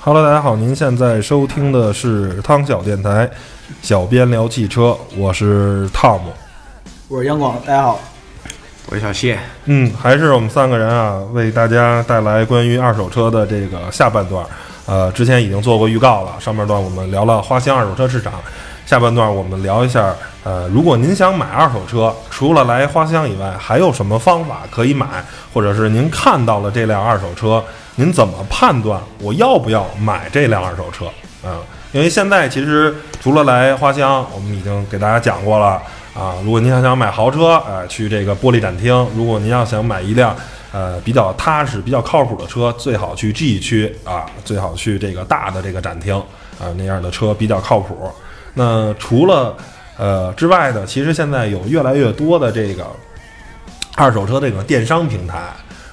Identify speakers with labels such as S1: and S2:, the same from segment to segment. S1: Hello，大家好，您现在收听的是汤小电台，小编聊汽车，我是汤姆。
S2: 我是杨广，大家好。
S3: 我是小谢，
S1: 嗯，还是我们三个人啊，为大家带来关于二手车的这个下半段。呃，之前已经做过预告了，上半段我们聊了花乡二手车市场，下半段我们聊一下，呃，如果您想买二手车，除了来花乡以外，还有什么方法可以买，或者是您看到了这辆二手车，您怎么判断我要不要买这辆二手车？嗯，因为现在其实除了来花乡，我们已经给大家讲过了。啊，如果您要想买豪车，哎、去这个玻璃展厅；如果您要想买一辆，呃，比较踏实、比较靠谱的车，最好去 G 区啊，最好去这个大的这个展厅啊，那样的车比较靠谱。那除了呃之外呢，其实现在有越来越多的这个二手车这个电商平台，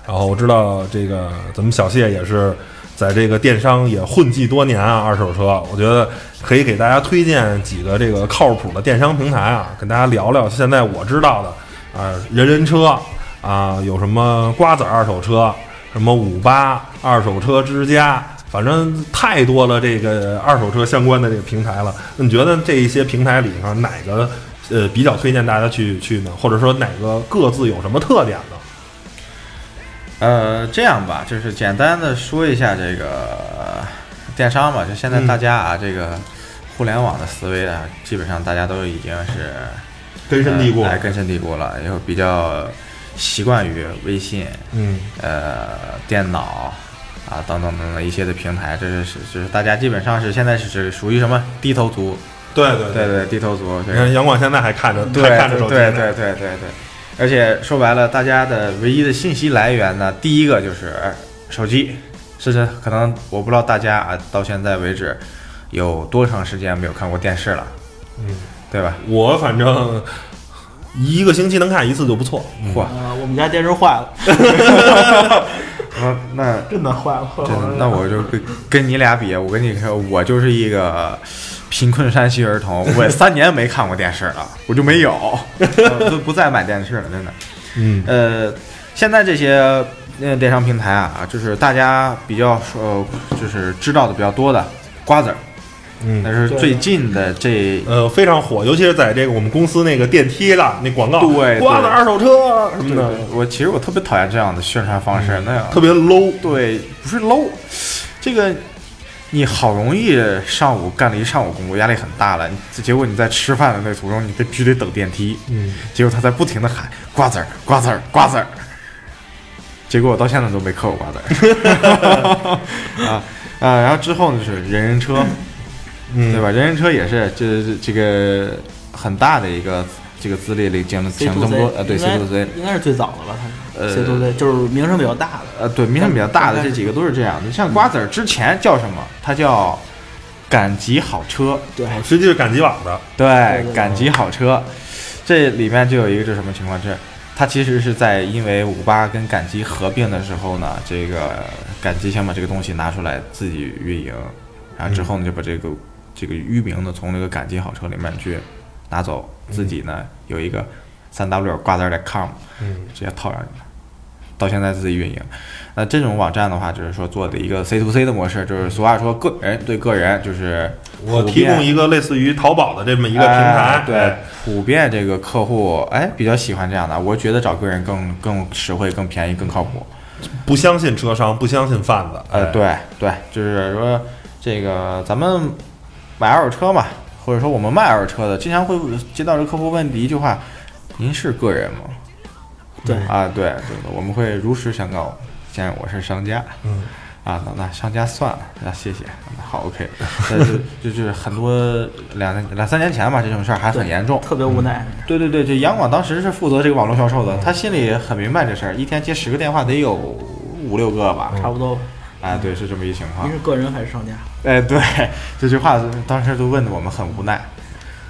S1: 然后我知道这个咱们小谢也是在这个电商也混迹多年啊，二手车，我觉得可以给大家推荐几个这个靠谱的电商平台啊，跟大家聊聊现在我知道的啊、人人车啊、有什么瓜子儿二手车，什么五八二手车之家。反正太多了，这个二手车相关的这个平台了。那你觉得这一些平台里头哪个呃比较推荐大家去去呢？或者说哪个各自有什么特点呢？
S3: 呃，这样吧，就是简单的说一下这个呃电商吧，就现在
S1: 嗯
S3: 大家啊，这个互联网的思维啊，基本上大家都已经是
S1: 根深蒂固。
S3: 呃哎，根深蒂固了，也比较习惯于微信、
S1: 嗯
S3: 呃电脑啊等等等等一些的平台，这是是就是大家基本上是现在是是属于什么低头族，，
S1: 对对
S3: 对，对，低头族，
S1: 你
S3: 对
S1: 看杨广现在还看着，
S3: 对
S1: 还看着手机
S3: 对
S1: 呢。
S3: 对对对对，而且说白了，大家的唯一的信息来源呢，第一个就是手机，是是，可能我不知道大家啊，到现在为止有多长时间没有看过电视了，
S1: 嗯，
S3: 对吧？
S1: 我反正一个星期能看一次就不错。
S3: 嚯、
S2: 呃，我们家电视坏了，
S3: 那那
S2: 真的坏了。
S3: 真 的，那我就跟跟你俩比，我跟你说，我就是一个贫困山西儿童，我三年没看过电视了，我就没有，我都不再买电视了，真的。
S1: 嗯
S3: 呃，现在这些呃电商平台啊，就是大家比较说，就是知道的比较多的瓜子儿，那
S1: 嗯，
S3: 是
S2: 对
S3: 最近的这
S1: 呃，非常火，尤其是在这个我们公司那个电梯啦，那广告，
S3: 对对
S1: 瓜子二手车啊什
S3: 对
S1: 么的，
S3: 我其实我特别讨厌这样的宣传方式，那样
S1: 特别 low。
S3: 对，不是 low，这个你好容易上午干了一上午工作，压力很大了，你结果你在吃饭的那途中，你必须得等电梯，
S1: 嗯，
S3: 结果他在不停的喊瓜子儿，瓜子儿，瓜子儿。结果我到现在都没嗑过瓜子儿。 啊啊，然后之后呢就是人人车，
S1: 嗯
S3: 对吧？人人车也是这这这个很大的一个这个资历里讲了讲了这么多呃，对 C to C，
S2: 应该是最早的吧？它
S3: 呃
S2: 是 C to C 就是名声比较大的。
S3: 呃，对，名声比较大的这几个都是这样的。像瓜子儿之前叫什么？它叫赶集好车，
S2: 对，
S1: 实际是赶集网的。
S3: 对
S2: 对，
S3: 赶集好车，这里面就有一个就是什么情况是，它其实是在因为五八跟赶集合并的时候呢，这个赶集想把这个东西拿出来自己运营，然后之后呢就把这个这个域名呢从这个赶集好车里面去拿走，自己呢有一个三 w 挂单点 com
S1: 嗯
S3: 直接套上去了，到现在自己运营。那这种网站的话，就是说做的一个 C to C 的模式，就是俗话说个人对个人，就是
S1: 我
S3: 普
S1: 提
S3: 遍
S1: 供一个类似于淘宝的这么一个平台
S3: 哎，对，普遍这个客户哎比较喜欢这样的，我觉得找个人更更实惠、更便宜、更靠谱。
S1: 不相信车商，不相信贩子。
S3: 呃，对对，就是说这个咱们买二手车嘛，或者说我们卖二手车的，经常会接到这客户问第一句话：“您是个人吗
S2: 对，？”
S3: 啊，对对对，我们会如实相告，先生我是商家。
S1: 嗯
S3: 啊，那那商家算了，那、谢谢，那好，OK，那就就是很多两两三年前吧，这种事儿还很严重，
S2: 特别无奈。
S3: 对对对，这杨广当时是负责这个网络销售的，他心里很明白这事儿，一天接十个电话得有五六个吧。
S2: 差不多吧。
S3: 啊，对，是这么一情况
S2: 您。是个人还是商家？
S3: 哎，对，这句话当时就问的我们很无奈。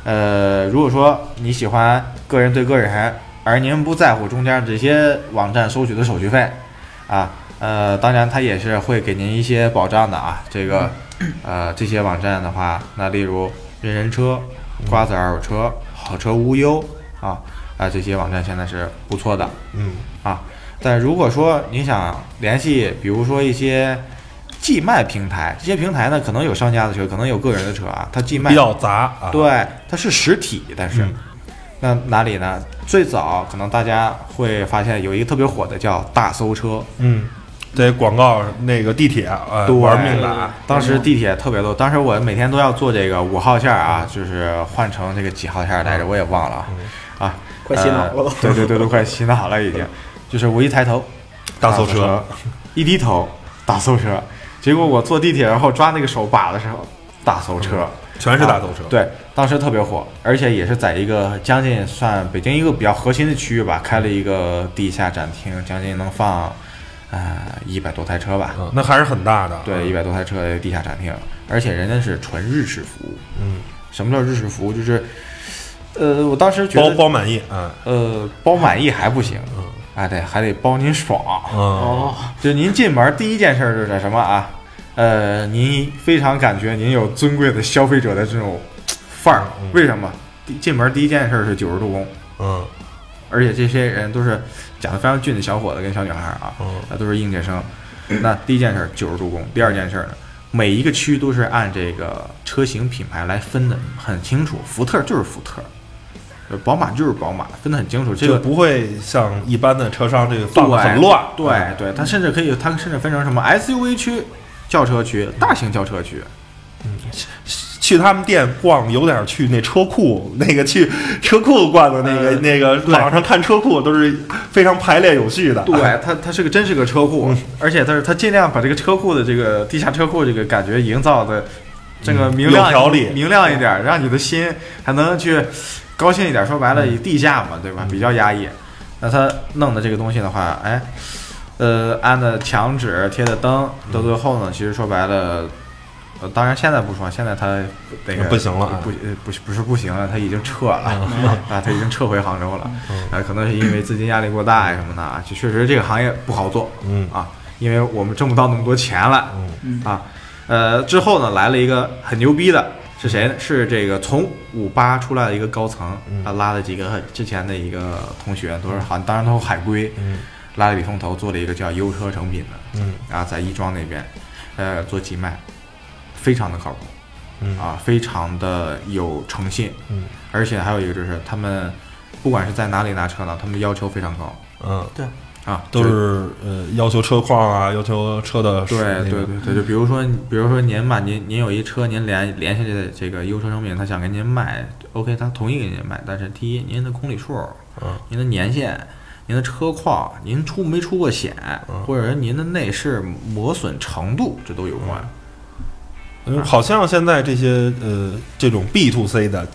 S3: 呃，如果说你喜欢个人对个人，而您不在乎中间这些网站收取的手续费，啊，呃，当然它也是会给您一些保障的啊。这个，呃，这些网站的话，那例如人人车、瓜子二手车、好车无忧啊啊，这些网站现在是不错的。
S1: 嗯
S3: 啊。但如果说你想联系，比如说一些寄卖平台，这些平台呢，可能有商家的车，可能有个人的车啊，它寄卖
S1: 比较杂啊。
S3: 对，它是实体，但是、
S1: 嗯
S3: 那哪里呢？最早可能大家会发现有一个特别火的叫大搜车，
S1: 嗯，这广告那个地铁呃
S3: 对
S1: 玩命嗯
S2: 对对
S1: 打
S2: 对，
S3: 当时地铁特别多，当时我每天都要坐这个五号线啊，就是换乘这个几号线来
S1: 嗯
S3: 着，我也忘了啊啊，
S2: 快洗脑了都
S3: 呃对对对，都快洗脑了已
S1: 嗯
S3: 经。就是我一抬头，
S1: 大搜
S3: 搜
S1: 车，，
S3: 一低头大搜车，结果我坐地铁然后抓那个手把的时候，大搜车。
S1: 全是大搜车。
S3: 对，当时特别火，而且也是在一个将近算北京一个比较核心的区域吧，开了一个地下展厅，将近能放呃一百多台车吧。
S1: 啊，那还是很大的。
S3: 嗯对，一百多台车的地下展厅，而且人家是纯日式服务。
S1: 嗯，
S3: 什么叫日式服务？就是，呃，我当时觉
S1: 包
S3: 得，
S1: 包嗯满意，嗯
S3: 呃，包满意还不行，哎，对，还得包您爽。
S1: 嗯，
S2: 哦，
S3: 就您进门第一件事儿就是什么啊？呃，您非常感觉您有尊贵的消费者的这种范儿
S1: 嗯，
S3: 为什么？第进门第一件事儿是九十度躬，
S1: 嗯
S3: 而且这些人都是长得非常俊的小伙子跟小女孩儿啊，
S1: 嗯
S3: 那都是应届生。那第一件事九十度躬，第二件事呢，每一个区都是按这个车型品牌来分的，很清楚。福特就是福特，呃宝马就是宝马，分得很清楚。这
S1: 就
S3: 个
S1: 不会像一般的车商这个
S3: 对
S1: 放的很乱。嗯
S3: 对对，它甚至可以，它甚至分成什么 SUV 区、轿车区、大型轿车区。
S1: 去他们店逛，有点去那车库，那个去 车库逛的那个、
S3: 呃
S1: 那个
S3: 对
S1: 网上看车库都是非常排列有序的。
S3: 对，哎它它是个真是个车
S1: 嗯
S3: 库，而且它是它尽量把这个车库的这个地下车库这个感觉营造的这个明
S1: 嗯
S3: 亮、
S1: 有条理嗯
S3: 明亮一点儿，让你的心还能去高兴一点儿。说白
S1: 嗯
S3: 了，地下嘛，对吧？比较压抑。那它弄的这个东西的话，哎，呃，安的墙纸、贴的灯，
S1: 嗯
S3: 到最后呢，其实说白了。呃，当然现在不说，现在它那个
S1: 不行了啊嗯
S3: 不呃不是不是不行了，它已经撤了、 啊，它已经撤回杭州了。啊，可能是因为资金压力过大呀什么的啊，就确实这个行业不好做
S1: 嗯
S3: 啊，因为我们挣不到那么多钱了
S1: 嗯
S2: 嗯
S3: 啊。呃，之后呢，来了一个很牛逼的，是谁呢？是这个从五八出来的一个高层，
S1: 嗯
S3: 他拉了几个之前的一个同学，都是好像当然都是海归，
S1: 嗯
S3: 拉了笔风投做了一个叫优车成品的，
S1: 嗯
S3: 啊，在亦庄那边，呃，做寄卖，非常的靠谱
S1: 嗯
S3: 啊，非常的有诚信，
S1: 嗯
S3: 而且还有一个就是他们不管是在哪里拿车呢，他们要求非常高
S1: 嗯，
S2: 对，
S3: 啊，
S1: 都
S3: 就是
S1: 呃要求车况啊，要求车的
S3: 对
S1: 那个
S3: 对对对，就比如说比如说您嘛，您您有一车，您联联系这这个优车成品，他想给您卖，OK，他同意给您卖，但是第一，您的公里数，
S1: 嗯
S3: 您的年限。您的车况，您出没出过险，
S1: 嗯
S3: 或者是您的内饰磨损程度，这都有关。
S1: 嗯，好像现在这些呃这种 B to C 的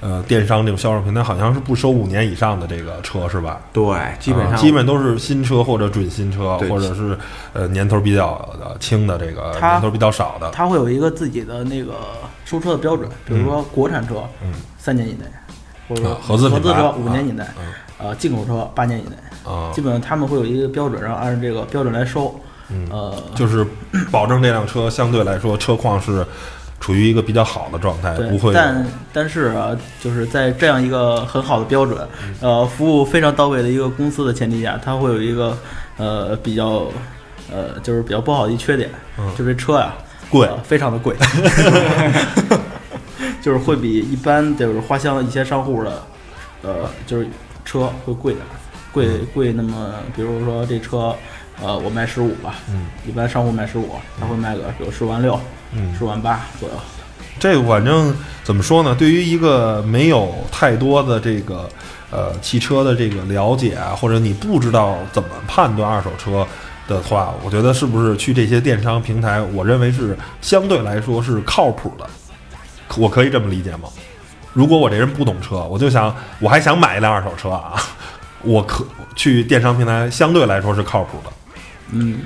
S1: 呃电商这种销售平台，好像是不收五年以上的这个车是吧？
S3: 对，基本上、
S1: 啊基本都是新车或者准新车，
S3: 对
S1: 或者是呃年头比较呃轻的这个
S2: 它
S1: 年头比较少的。
S2: 它会有一个自己的那个收车的标准，比如说国产车
S1: 嗯
S2: 三年以内，或者
S1: 啊
S2: 说
S1: 合资品牌
S2: 车
S1: 啊
S2: 五年以内
S1: 嗯，
S2: 呃，进口车八年以内，
S1: 啊
S2: 基，本上他们会有一个标准，然后按这个标准来收。
S3: 嗯
S2: 呃，
S1: 就是保证这辆车相对来说车况是处于一个比较好的状态，
S2: 对，
S1: 不会
S2: 但但是啊，就是在这样一个很好的标准，
S1: 嗯
S2: 呃，服务非常到位的一个公司的前提下，它会有一个呃比较呃就是比较不好的一缺点，
S1: 嗯
S2: 就是这车呀、
S1: 贵
S2: 呃非常 的贵， 就是会比一般就是花乡一些商户的呃就是车会贵点儿，贵
S1: 嗯
S2: 贵那么比如说这车。呃，我卖十五吧，
S1: 嗯，
S2: 一般商户卖十五，他会卖个比如十万六、
S1: 嗯
S2: 十万八左右，
S1: 这反正怎么说呢？对于一个没有太多的这个呃汽车的这个了解啊，或者你不知道怎么判断二手车的话，我觉得是不是去这些电商平台，我认为是相对来说是靠谱的。可我可以这么理解吗？如果我这人不懂车，我就想我还想买一辆二手车啊，我可去电商平台相对来说是靠谱的。
S2: 嗯，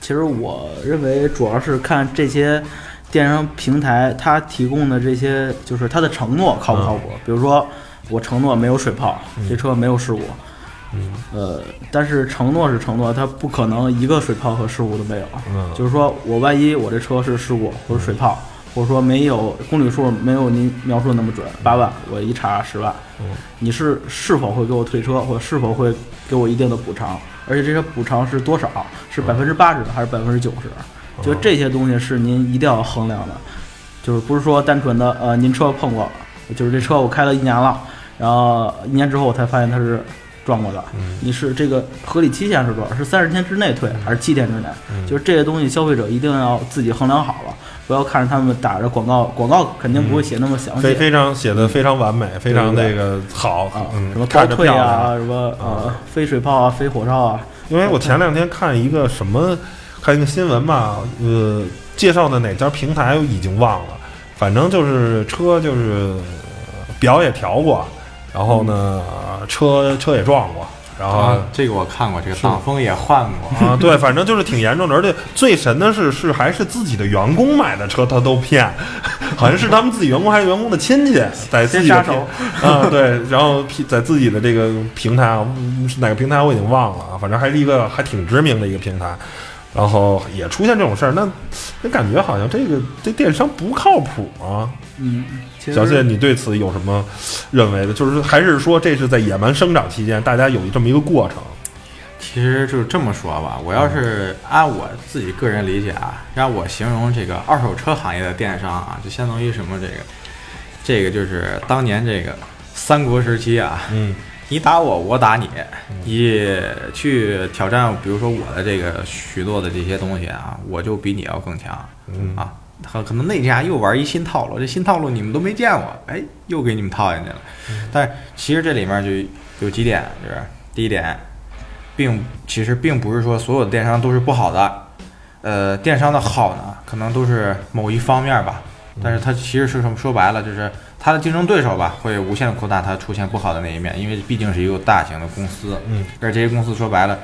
S2: 其实我认为主要是看这些电商平台它提供的这些，就是它的承诺靠不靠
S1: 嗯
S2: 谱。比如说，我承诺没有水泡，这车没有事故。
S1: 嗯，
S2: 呃，但是承诺是承诺，它不可能一个水泡和事故都没有。
S1: 嗯
S2: 就是说我万一我这车是事故或者水泡，或者说没有公里数没有您描述的那么准，八万，我一查十万，你是是否会给我退车，或者是否会给我一定的补偿？而且这些补偿是多少？是百分之八十还是百分之九十？就这些东西是您一定要衡量的，就是不是说单纯的呃您车碰过，就是这车我开了一年了，然后一年之后我才发现它是撞过的，
S1: 嗯
S2: 你是这个合理期限是多少？是三十天之内退还是七天之内？
S1: 嗯
S2: 就是这些东西，消费者一定要自己衡量好了，不要看着他们打着广告，广告肯定不会写那么详细
S1: 嗯非，非常写的非常完美，非常那个好
S2: 啊，，
S1: 嗯
S2: 什么，高
S1: 看着
S2: 退
S1: 漂亮
S2: 啊，什么呃飞水炮啊，飞火炮啊，
S1: 因为我前两天看一个什么，看一个新闻吧，呃，介绍的哪家平台我已经忘了，反正就是车就是呃表也调过，然后呢，车车也撞过，然后。
S3: 啊，这个我看过，这个挡风也换过，
S1: 啊，对，反正就是挺严重的，而且最神的是，是还是自己的员工买的车，他都骗，好像是他们自己员工还是员工的亲戚，在自己的
S2: 先杀手
S1: 平啊，对，然后 P- 在自己的这个平台啊，嗯是哪个平台我已经忘了啊，反正还是一个还挺知名的一个平台，然后也出现这种事儿，那那感觉好像这个这电商不靠谱啊。
S2: 嗯，其
S1: 小谢，
S2: 实
S1: 你对此有什么认为的？就是还是说这是在野蛮生长期间，大家有这么一个过程？
S3: 其实就是这么说吧，我要
S1: 嗯
S3: 是按我自己个人理解啊，让我形容这个二手车行业的电商啊，就相当于什么这个，这个就是当年这个三国时期啊，
S1: 嗯
S3: 你打我，我打你，你去挑战，比如说我的这个许诺的这些东西啊，我就比你要更强
S1: 嗯
S3: 啊。可可能那家又玩一新套路，这新套路你们都没见过，哎，又给你们套进去了。
S1: 嗯
S3: 但是其实这里面就有几点，就是第一点，并其实并不是说所有的电商都是不好的，呃，电商的好呢，可能都是某一方面吧，
S1: 嗯
S3: 但是它其实是什么？说白了就是它的竞争对手吧，会无限的扩大它出现不好的那一面，因为毕竟是一个大型的公司，
S1: 嗯，
S3: 而这些公司说白了，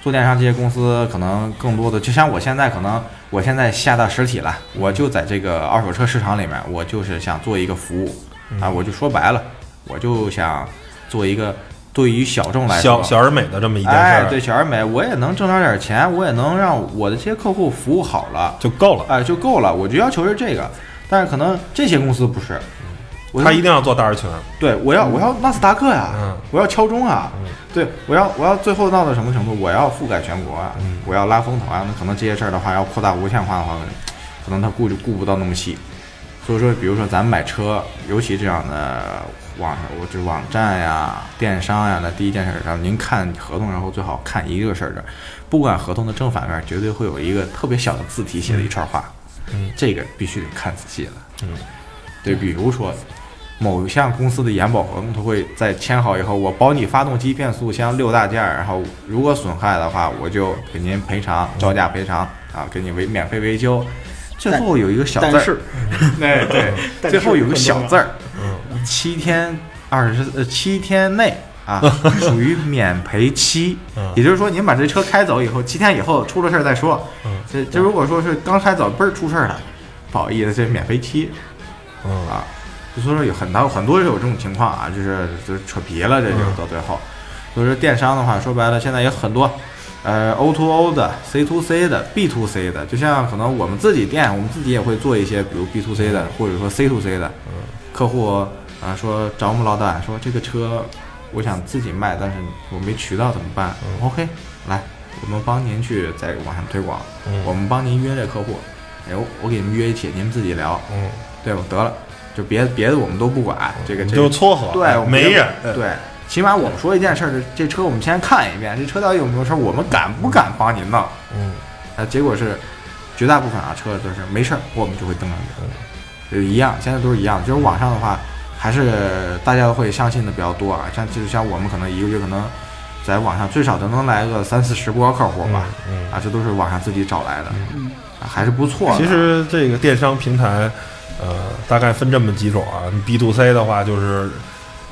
S3: 做电商这些公司可能更多的，就像我现在可能我现在下到实体了，我就在这个二手车市场里面，我就是想做一个服务
S1: 嗯
S3: 啊，我就说白了，我就想做一个对于小众来说
S1: 小小而美的这么一件事儿
S3: 哎，，对小而美，我也能挣着点钱，我也能让我的这些客户服务好了，
S1: 就够了。
S3: 哎，就够了。我就要求是这个，但是可能这些公司不是，我
S1: 他一定要做大而全，
S3: 对我要我要纳斯达克呀、
S1: 嗯
S3: 我要敲钟啊，对我要我要最后闹到什么程度？我要覆盖全国啊，
S1: 嗯
S3: 我要拉风投啊，那可能这些事儿的话要扩大无限化的话，可能他顾就顾不到那么细。所以说，比如说咱们买车，尤其这样的网我就是网站呀、电商呀，那第一件事儿，然后您看合同，然后最好看一个事儿的，不管合同的正反面，绝对会有一个特别小的字体写的一串话，
S1: 嗯
S3: 这个必须得看仔细了。
S1: 嗯，
S3: 对，比如说某项公司的延保合同，它会在签好以后，我保你发动机、变速箱六大件儿，然后如果损害的话，我就给您赔偿，照价赔偿啊，给你维免费维修。最
S2: 但
S3: 后有一个小字
S2: 但
S3: 儿，
S2: 是
S3: 哎对，
S2: 但
S3: 最
S2: 是
S3: 后有个
S2: 很
S3: 小
S2: 重要
S3: 字儿，
S1: 嗯
S3: 七天二十呃七天内啊， 属于免赔期
S1: 嗯，
S3: 也就是说您把这车开走以后，七天以后出了事儿再说
S1: 嗯。
S3: 这这如果说是刚开走倍儿出事儿了，不好意思，这免赔期
S1: 嗯
S3: 啊，就所以说有很多很多是有这种情况啊，就是就是扯皮了，这就
S1: 嗯
S3: 到最后。所以说电商的话，说白了现在有很多，呃，O to O 的、C to C 的、B to C 的，就像可能我们自己店，我们自己也会做一些，比如 B to C 的，或者说 C to C 的，客户啊、说找我们老板说这个车我想自己卖，但是我没渠道怎么办、o k 来，我们帮您去在网上推广，
S1: 嗯
S3: 我们帮您约这客户，哎，我我给你们约一起，您们自己聊，
S1: 嗯，
S3: 对吧？得了，就别别的我们都不管，这个
S1: 你
S3: 这
S1: 就
S3: 个、
S1: 撮合，
S3: 对，我们
S1: 没
S3: 别
S1: 人，
S3: 对。起码我们说一件事儿，这这车我们先看一遍，这车到底有没有事儿，我们敢不敢帮您弄？
S1: 嗯，
S3: 啊，结果是绝大部分啊车都是没事儿，我们就会登上去，就是一样，现在都是一样。就是网上的话，还是大家会相信的比较多啊。像就是像我们可能一个月可能在网上最少都能来个三四十波客户吧，
S1: 嗯
S3: 啊，这都是网上自己找来的，
S2: 嗯
S3: 啊、还是不错的。
S1: 其实这个电商平台，呃，大概分这么几种啊。你 B to C 的话，就是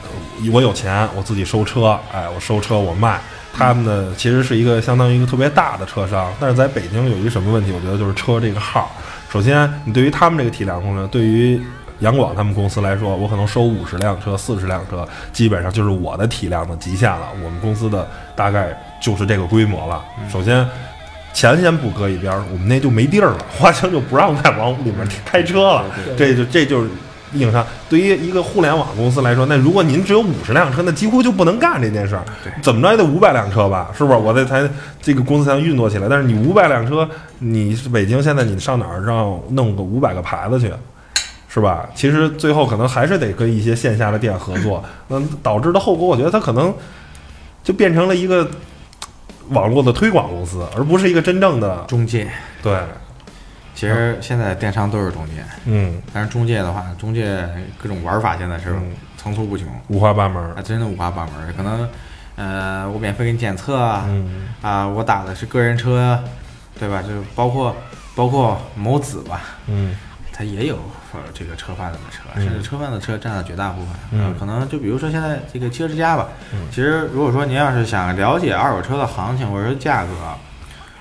S1: 呃我有钱，我自己收车，哎，我收车我卖。他们呢，其实是一个相当于一个特别大的车商，但是在北京有一个什么问题？我觉得就是车这个号儿。首先，你对于他们这个体量控制，对于杨广他们公司来说，我可能收五十辆车、四十辆车，基本上就是我的体量的极限了。我们公司的大概就是这个规模了。首先，钱先不搁一 边儿，我们那就没地儿了，花乡就不让再往里面开车了。这就这就是硬伤。对于一个互联网公司来说，那如果您只有五十辆车，那几乎就不能干这件事儿。
S3: 对
S1: 怎么着也得五百辆车吧，是不是？我这才这个公司才能运作起来。但是你五百辆车，你是北京现在你上哪儿让弄个五百个牌子去？是吧？其实最后可能还是得跟一些线下的店合作，那导致的后果，我觉得它可能就变成了一个网络的推广公司，而不是一个真正的
S3: 中介，
S1: 对，
S3: 其实现在电商都是中介，
S1: 嗯，
S3: 但是中介的话，中介各种玩法现在是
S1: 嗯
S3: 层出不穷，
S1: 五花八门
S3: 啊，，真的五花八门。可能，呃，我免费给你检测啊，
S1: 嗯
S3: 啊，我打的是个人车，啊对吧？就包括包括某子吧，
S1: 嗯
S3: 它也有呃这个车贩子的车，
S1: 嗯
S3: 甚至车贩子的车占了绝大部分。
S1: 嗯
S3: 呃可能就比如说现在这个汽车之啊家吧，
S1: 嗯
S3: 其实如果说您要是想了解二手车的行情或者说价格，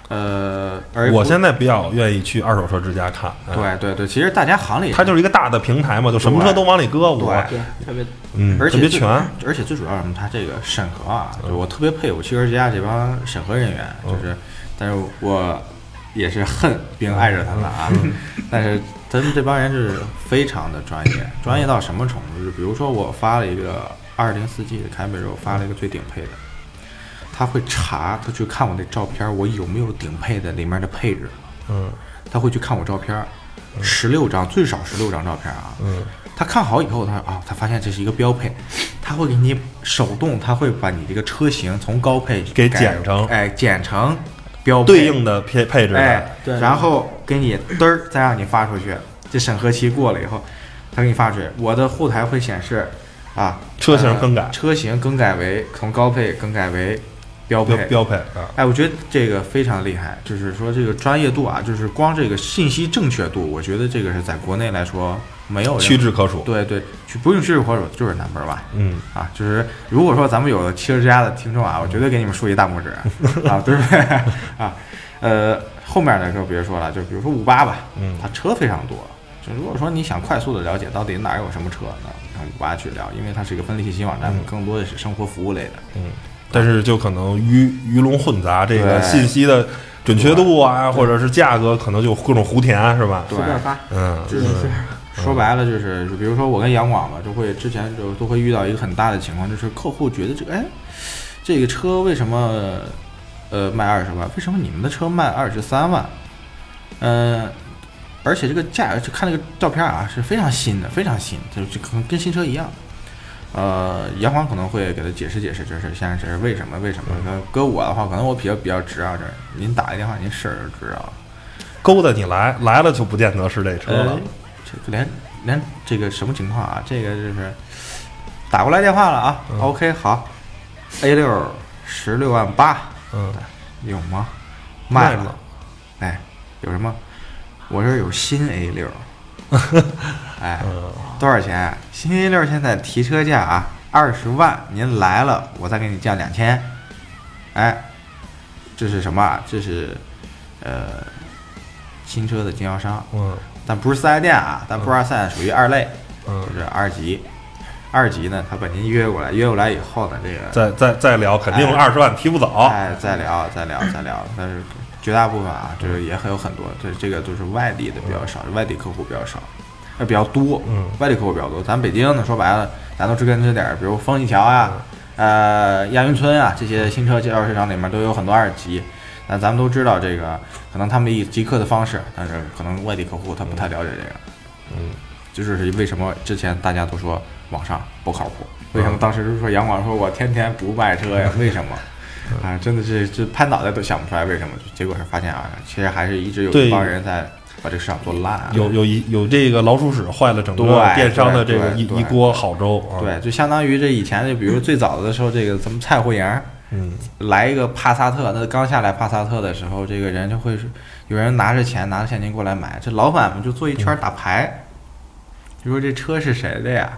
S3: 呃，而
S1: 我
S3: 不
S1: 现在比较愿意去二手车之家看，哎，
S3: 对对对，其实大家行里
S1: 它就是一个大的平台嘛，就什么车都往里搁，我
S3: 对
S2: 对，特别
S1: 嗯
S3: 而
S1: 特
S3: 且
S1: 别
S3: 最
S1: 全，
S3: 而且最主要是什么？它这个审核啊，就我特别佩服汽车之家这帮审核人员，
S1: 嗯
S3: 就是，但是我也是恨并爱着他们啊。
S1: 嗯
S3: 但是咱们这帮人就是非常的专业，专业到什么程度？就比如说我发了一个二零四 G 的凯美瑞，我发了一个最顶配的，他会查，他去看我那照片，我有没有顶配的里面的配置，
S1: 嗯
S3: 他会去看我照片，十六张最少十六张照片啊。
S1: 嗯
S3: 他看好以后，他说啊、他发现这是一个标配，他会给你手动，他会把你这个车型从高配
S1: 给
S3: 改
S1: 剪成
S3: 哎，剪成标配
S1: 对应的配配置的，
S3: 哎，
S2: 对
S3: 然后给你嘚儿再让你发出去，这审核期过了以后，他给你发出去，我的后台会显示啊，
S1: 车型更改
S3: 呃车型更改为从高配更改为标配
S1: 标标配啊，
S3: 哎，我觉得这个非常厉害，就是说这个专业度啊，就是光这个信息正确度，我觉得这个是在国内来说没有人
S1: 屈指可数，
S3: 对对，去不用屈指可数，就是 number one
S1: 嗯，
S3: 啊！就是如果说咱们有汽车之家的听众啊，我绝对给你们竖一大拇指啊，对不对啊？呃，后面的就别说了，就比如说五八吧，
S1: 嗯
S3: 它车非常多。就如果说你想快速的了解到底哪儿有什么车，那让五八去聊，因为它是一个分类信息网站，更多的是生活服务类的。
S1: 但是就可能鱼鱼龙混杂，这个
S3: 对
S1: 信息的准确度啊，或者是价格，可能就各种胡填，是吧？
S3: 对
S2: 随便发，
S1: 嗯，
S2: 就是
S3: 说白了就是，就比如说我跟杨广吧，就会之前就都会遇到一个很大的情况，就是客户觉得这个哎，这个车为什么呃卖二十万，为什么你们的车卖二十三万？嗯、而且这个价就看这个照片啊是非常新的，非常新，就就可能跟新车一样。呃，杨广可能会给他解释解释，这是现在这是为什么为什么？搁我的话，可能我比较比较直啊，这您打个电话您试试就知道了。
S1: 勾搭你来，来了就不见得是这车了
S3: 呃。，这个连连这个什么情况啊？这个就是打过来电话了啊。
S1: 嗯
S3: OK，好，A 六十六万八
S1: 嗯，
S3: 有吗？
S1: 卖
S3: 了
S1: 了，，
S3: 哎，有什么？我这儿有新 A 六，哎，
S1: 嗯，
S3: 多少钱？啊新 A 六现在提车价啊二十万，您来了我再给你降两千，哎，这是什么啊？这是呃新车的经销商。
S1: 嗯
S3: 但不是四 S 店啊，但不是二四 S 店，属于二类，
S1: 嗯
S3: 就，是二级。二级呢，他把您约过来，约过来以后呢，这个
S1: 再再再聊，肯定
S3: 哎
S1: 二十万提不走。
S3: 哎，再聊，再聊，再聊。但是绝大部分啊，就是也很有很多，这这个都是外地的比较少，外地客户比较少，呃，比较多，
S1: 嗯
S3: 外地客户比较多。咱北京呢，说白了，咱都知根知底儿，比如丰益桥啊，
S1: 嗯
S3: 呃，亚运村啊，这些新车介绍市场里面都有很多二级。那咱们都知道这个，可能他们以极客的方式，但是可能外地客户他不太了解这个。
S1: 嗯，
S3: 就是为什么之前大家都说网上不靠谱？为
S1: 嗯
S3: 什么当时就说杨广说我天天不卖车呀？为什么？啊，真的是这拍脑袋都想不出来为什么。结果是发现啊，其实还是一直有
S1: 对
S3: 一帮人在把这个市场做烂、啊。
S1: 有有一有这个老鼠屎坏了整个
S3: 对
S1: 电商的这个
S3: 对
S1: 一
S3: 对
S1: 一锅好粥啊。
S3: 对，，就相当于这以前就比如最早的时候，这个咱们蔡慧莹
S1: 嗯
S3: 来一个帕萨特，那刚下来帕萨特的时候，这个人就会是有人拿着钱拿着现金过来买，这老板们就坐一
S1: 嗯
S3: 圈打牌，就说这车是谁的呀？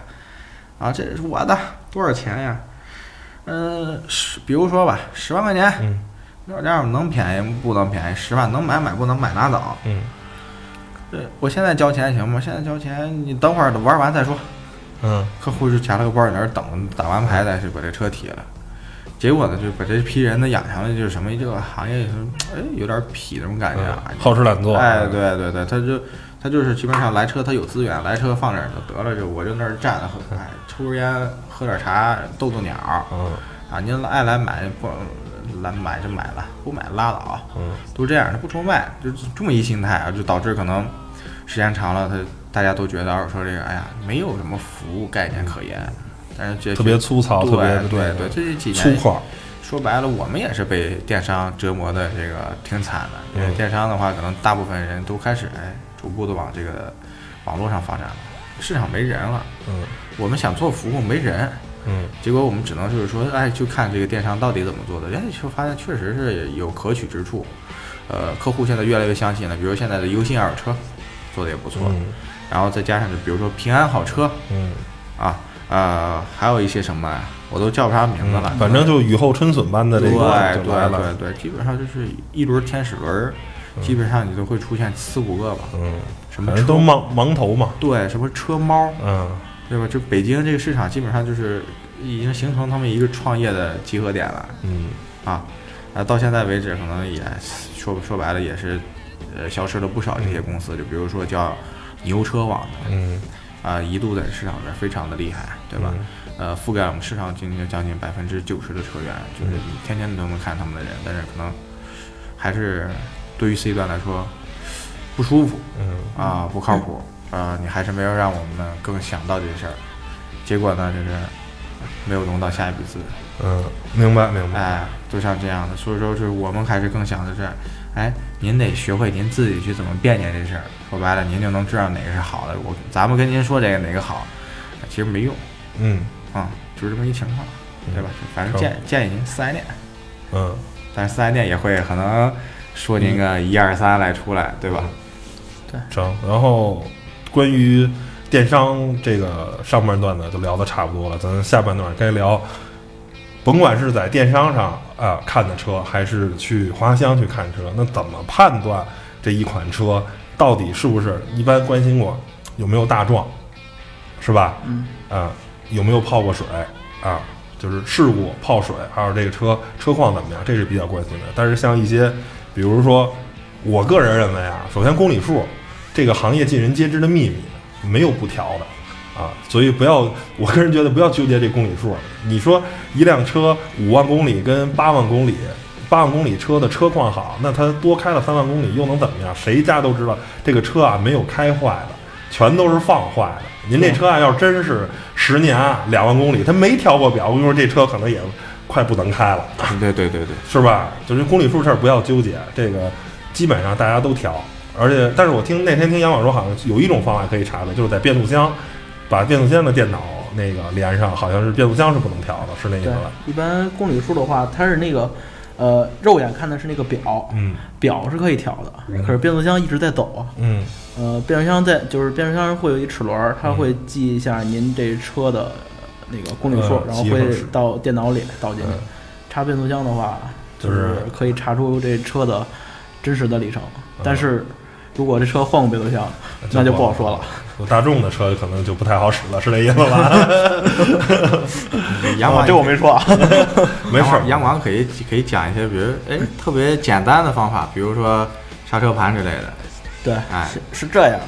S3: 啊，这是我的，多少钱呀？嗯、十，比如说吧，十万块钱，
S1: 嗯
S3: 多少价能便宜不能便宜？十万能买买，不能买拿走。
S1: 嗯
S3: 这我现在交钱行吗？现在交钱，你等会儿玩完再说。
S1: 嗯，
S3: 客户就夹了个包在那儿等，打完牌再去把这车提了。结果呢，就把这批人呢养成了就是什么这个行业就是哎有点痞那种感觉啊。
S1: 呃嗯好吃懒做。
S3: 哎，对对对，他就它就是基本上来车它有资源，来车放这儿就得了，就我就那儿站着，喝，哎，抽根烟，喝点茶，逗逗鸟儿
S1: 嗯
S3: 啊，您爱来买不来买就买了，不买拉倒啊，
S1: 嗯
S3: 都这样，它不愁卖，就是这么一心态啊，就导致可能时间长了，它大家都觉得二手车这个，哎呀，没有什么服务概念可言，但是这
S1: 嗯特别粗糙，
S3: 对
S1: 特别
S3: 对
S1: 那个
S3: 对，这几
S1: 粗
S3: 年
S1: 犷，
S3: 说白了，我们也是被电商折磨的这个挺惨的。因
S1: 嗯
S3: 为电商的话，可能大部分人都开始哎，逐步的往这个网络上发展了，市场没人了，
S1: 嗯
S3: 我们想做服务没人，
S1: 嗯
S3: 结果我们只能就是说，哎，就看这个电商到底怎么做的，哎，就发现确实是有可取之处。呃，客户现在越来越相信了，比如现在的优信二手车做的也不错，
S1: 嗯
S3: 然后再加上就比如说平安好车
S1: 嗯，
S3: 啊，呃，还有一些什么呀，我都叫不上名字了，
S1: 嗯反正就雨后春笋般的这
S3: 对
S1: 个
S3: 对
S1: 就来了，
S3: 对对，基本上就是一轮天使轮儿，基本上你都会出现四五个吧，
S1: 嗯，
S3: 什么
S1: 反正
S3: 车
S1: 都盲盲头嘛，
S3: 对什么车猫，
S1: 嗯
S3: 对吧？就北京这个市场基本上就是已经形成他们一个创业的集合点了
S1: 嗯
S3: 啊，啊，到现在为止可能也说说白了也是，呃，消失了不少这些公司，就比如说叫牛车网的
S1: 嗯，
S3: 啊、一度在市场里面非常的厉害，对吧？
S1: 嗯
S3: 呃，覆盖我们市场经济将近百分之九十的车源，就是你天天都能看他们的人，但是可能还是对于 C 端来说不舒服
S1: 嗯
S3: 啊、不靠谱啊、你还是没有让我们更想到这个事儿，结果呢就是没有融到下一笔资，
S1: 嗯，明白明白，
S3: 哎，就像这样的，所以说就是我们还是更想的是，哎，您得学会您自己去怎么辨别这事儿，说白了您就能知道哪个是好的，我咱们跟您说这个哪个好，其实没用。
S1: 嗯
S3: 啊、就是这么一情况，对吧？
S2: 嗯
S3: 反正
S1: 好
S3: 建建议您四 S 店，
S1: 嗯
S3: 但是四 S 店也会可能说您个
S2: 嗯
S3: 一二三来出来，对吧？
S1: 成。然后关于电商这个上半段呢，就聊的差不多了，咱下半段该聊。甭管是在电商上啊、看的车，还是去花乡去看车，那怎么判断这一款车到底是不是？一般关心过有没有大撞，是吧？
S2: 嗯，
S1: 啊，有没有泡过水啊？就是事故、泡水，还有这个车车况怎么样，这是比较关心的。但是像一些，比如说，我个人认为啊，首先公里数这个行业尽人皆知的秘密，没有不调的啊，所以不要，我个人觉得不要纠结这公里数。你说一辆车五万公里跟八万公里。八万公里车的车况好，那它多开了三万公里又能怎么样？谁家都知道这个车啊没有开坏的，全都是放坏的。您这车啊，要真是十年啊，两万公里，它没调过表，我跟你说，这车可能也快不能开了，
S2: 嗯
S3: 对对对对，
S1: 是吧？就是公里数事儿不要纠结，这个基本上大家都调。而且，但是我听那天听杨老师说，好像有一种方法可以查的，就是在变速箱把变速箱的电脑那个连上，好像是变速箱是不能调的，是那意思
S2: 对
S1: 吧？，
S2: 一般公里数的话，它是那个呃肉眼看的是那个表，
S1: 嗯
S2: 表是可以调的，可是变速箱一直在走啊。
S1: 嗯
S2: 呃，变速箱在就是变速箱会有一齿轮儿，它会记一下您这车的那个公里数，
S1: 嗯呃
S2: 然后
S1: 几
S2: 会
S1: 公尺
S2: 到电脑里导进去。
S1: 嗯
S2: 插变速箱的话，
S1: 就
S2: 就是可以查出这车的真实的里程，
S1: 嗯
S2: 但是如果这车换过变速箱，那就不好说了。
S1: 有大众的车可能就不太好使了，是这意思吧？
S3: 杨广
S2: 啊这我没说啊。
S1: 没事儿，
S3: 杨广可以可以讲一些，比如哎特别简单的方法，比如说刹车盘之类的，
S2: 对，
S3: 哎
S2: 是是这样的。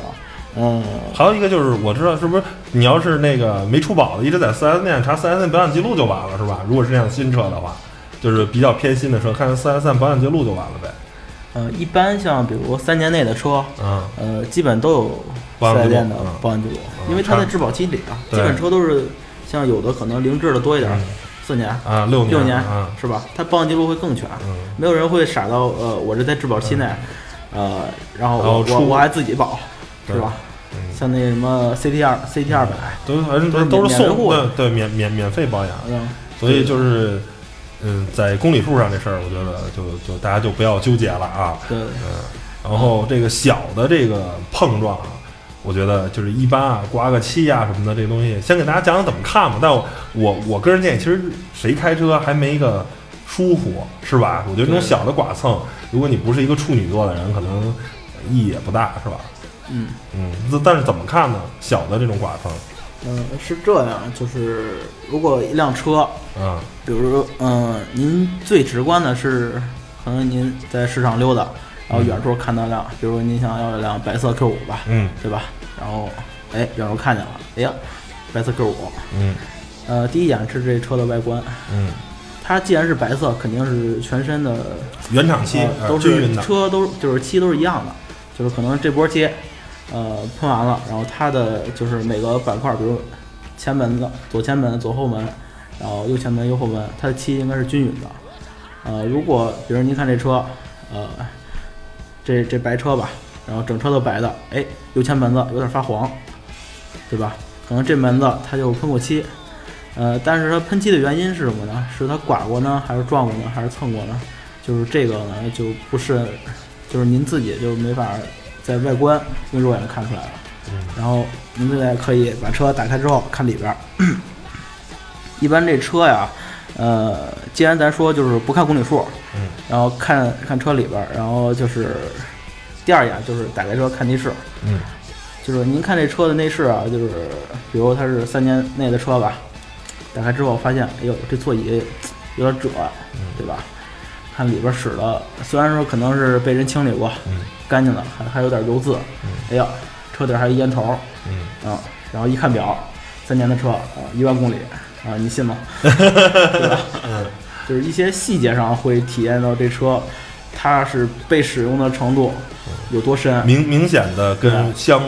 S2: 嗯，
S1: 还有一个就是，我知道是不是你要是那个没出保的，一直在四 S 店查四 S 店保养记录就完了，是吧？如果是辆新车的话，就是比较偏新的车，看四 S 店保养记录就完了呗。
S2: 呃，一般像比如三年内的车，
S1: 嗯，
S2: 呃，基本都有
S1: 保安
S2: 四 S
S1: 记录
S2: 店的
S1: 嗯
S2: 保安记录，
S1: 嗯
S2: 因为它
S1: 差
S2: 在质保期里啊，基
S1: 对
S2: 本车都是像有的可能零质的多一点儿
S1: 嗯，
S2: 四年、
S1: 啊，六
S2: 六
S1: 年
S2: 年
S1: 啊，
S2: 是吧？它保安记录会更全，
S1: 嗯，
S2: 没有人会傻到呃，我这在质保期内，呃，然后
S1: 然后
S2: 我我
S1: 出
S2: 我还自己保，
S1: 对
S2: 是吧？
S1: 嗯
S2: 像那什么 CT 二 CT 二百，
S1: 都还是
S2: 都是
S1: 都是
S2: 免
S1: 送
S2: 免维护
S1: 对对免免免费保养，
S2: 嗯，
S1: 所以就是嗯，在公里数上这事儿，我觉得就就大家就不要纠结了啊。
S2: 对，
S1: 然后这个小的这个碰撞啊，我觉得就是一般啊，刮个漆啊什么的这东西，先给大家讲讲怎么看吧。但我我我个人建议，其实谁开车还没个疏忽是吧？我觉得这种
S3: 对
S1: 小的剐蹭，如果你不是一个处女座的人，可能意义也不大是吧？
S2: 嗯。
S1: 嗯，但但是怎么看呢？小的这种剐蹭，
S2: 嗯，是这样，就是如果一辆车，
S1: 嗯
S2: 呃比如说，嗯、您最直观的是，可能您在市场溜达，然后远处看到辆，比如说您想要一辆白色 Q 五吧，
S1: 嗯
S2: 对吧？然后哎，远处看见了，哎呀，白色 Q 五，
S1: 嗯
S2: 呃，第一眼是这车的外观，
S1: 嗯，
S2: 它既然是白色，肯定是全身的
S1: 原厂漆
S2: 呃都
S1: 呃均匀
S2: 是
S1: 的，
S2: 车都是就是漆都是一样的，就是可能这波漆，呃，喷完了，然后它的就是每个板块，比如前门的、左前门、左后门，然后右前门、右后门，它的漆应该是均匀的。呃，如果比如您看这车，呃，这这白车吧，然后整车都白的，哎，右前门子有点发黄，对吧？可能这门子它就喷过漆，呃，但是它喷漆的原因是什么呢？是它刮过呢，还是撞过呢，还是蹭过呢？就是这个呢，就不是，就是您自己就没法在外观用肉眼看出来了。然后您现在可以把车打开之后看里边儿。一般这车呀，呃，既然咱说就是不看公里数，
S1: 嗯，
S2: 然后看看车里边儿，然后就是第二眼就是打开车看内饰，
S1: 嗯
S2: 就是您看这车的内饰啊，就是比如它是三年内的车吧，打开之后发现，哎呦，这座椅有点褶，对吧？看里边使的，虽然说可能是被人清理过，
S1: 嗯
S2: 干净了，还还有点油渍，哎呀，车底儿还有一烟头，
S1: 嗯，
S2: 啊，然后一看表，三年的车啊，一万公里啊，你信吗？对吧？
S1: 嗯
S2: 就是一些细节上会体验到这车它是被使用的程度有多深，
S1: 明明显的跟
S2: 对
S1: 相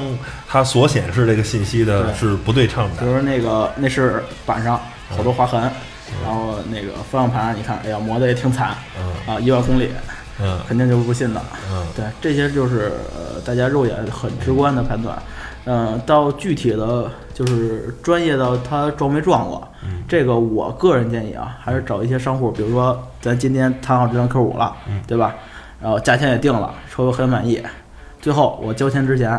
S1: 它所显示这个信息的
S2: 对
S1: 是不对称
S2: 比
S1: 的，
S2: 如那个内饰板上好多划痕，然后那个方向盘，你看，哎呀，磨的也挺惨
S1: 嗯
S2: 啊，一万公里，
S1: 嗯
S2: 肯定就是不信的。
S1: 嗯
S2: 对，这些就是呃大家肉眼很直观的判断。嗯、到具体的就是专业到他撞没撞过，
S1: 嗯
S2: 这个我个人建议啊，还是找一些商户，比如说咱今天谈好这辆 Q 五了，
S1: 嗯
S2: 对吧？然后价钱也定了，车我很满意。最后我交钱之前，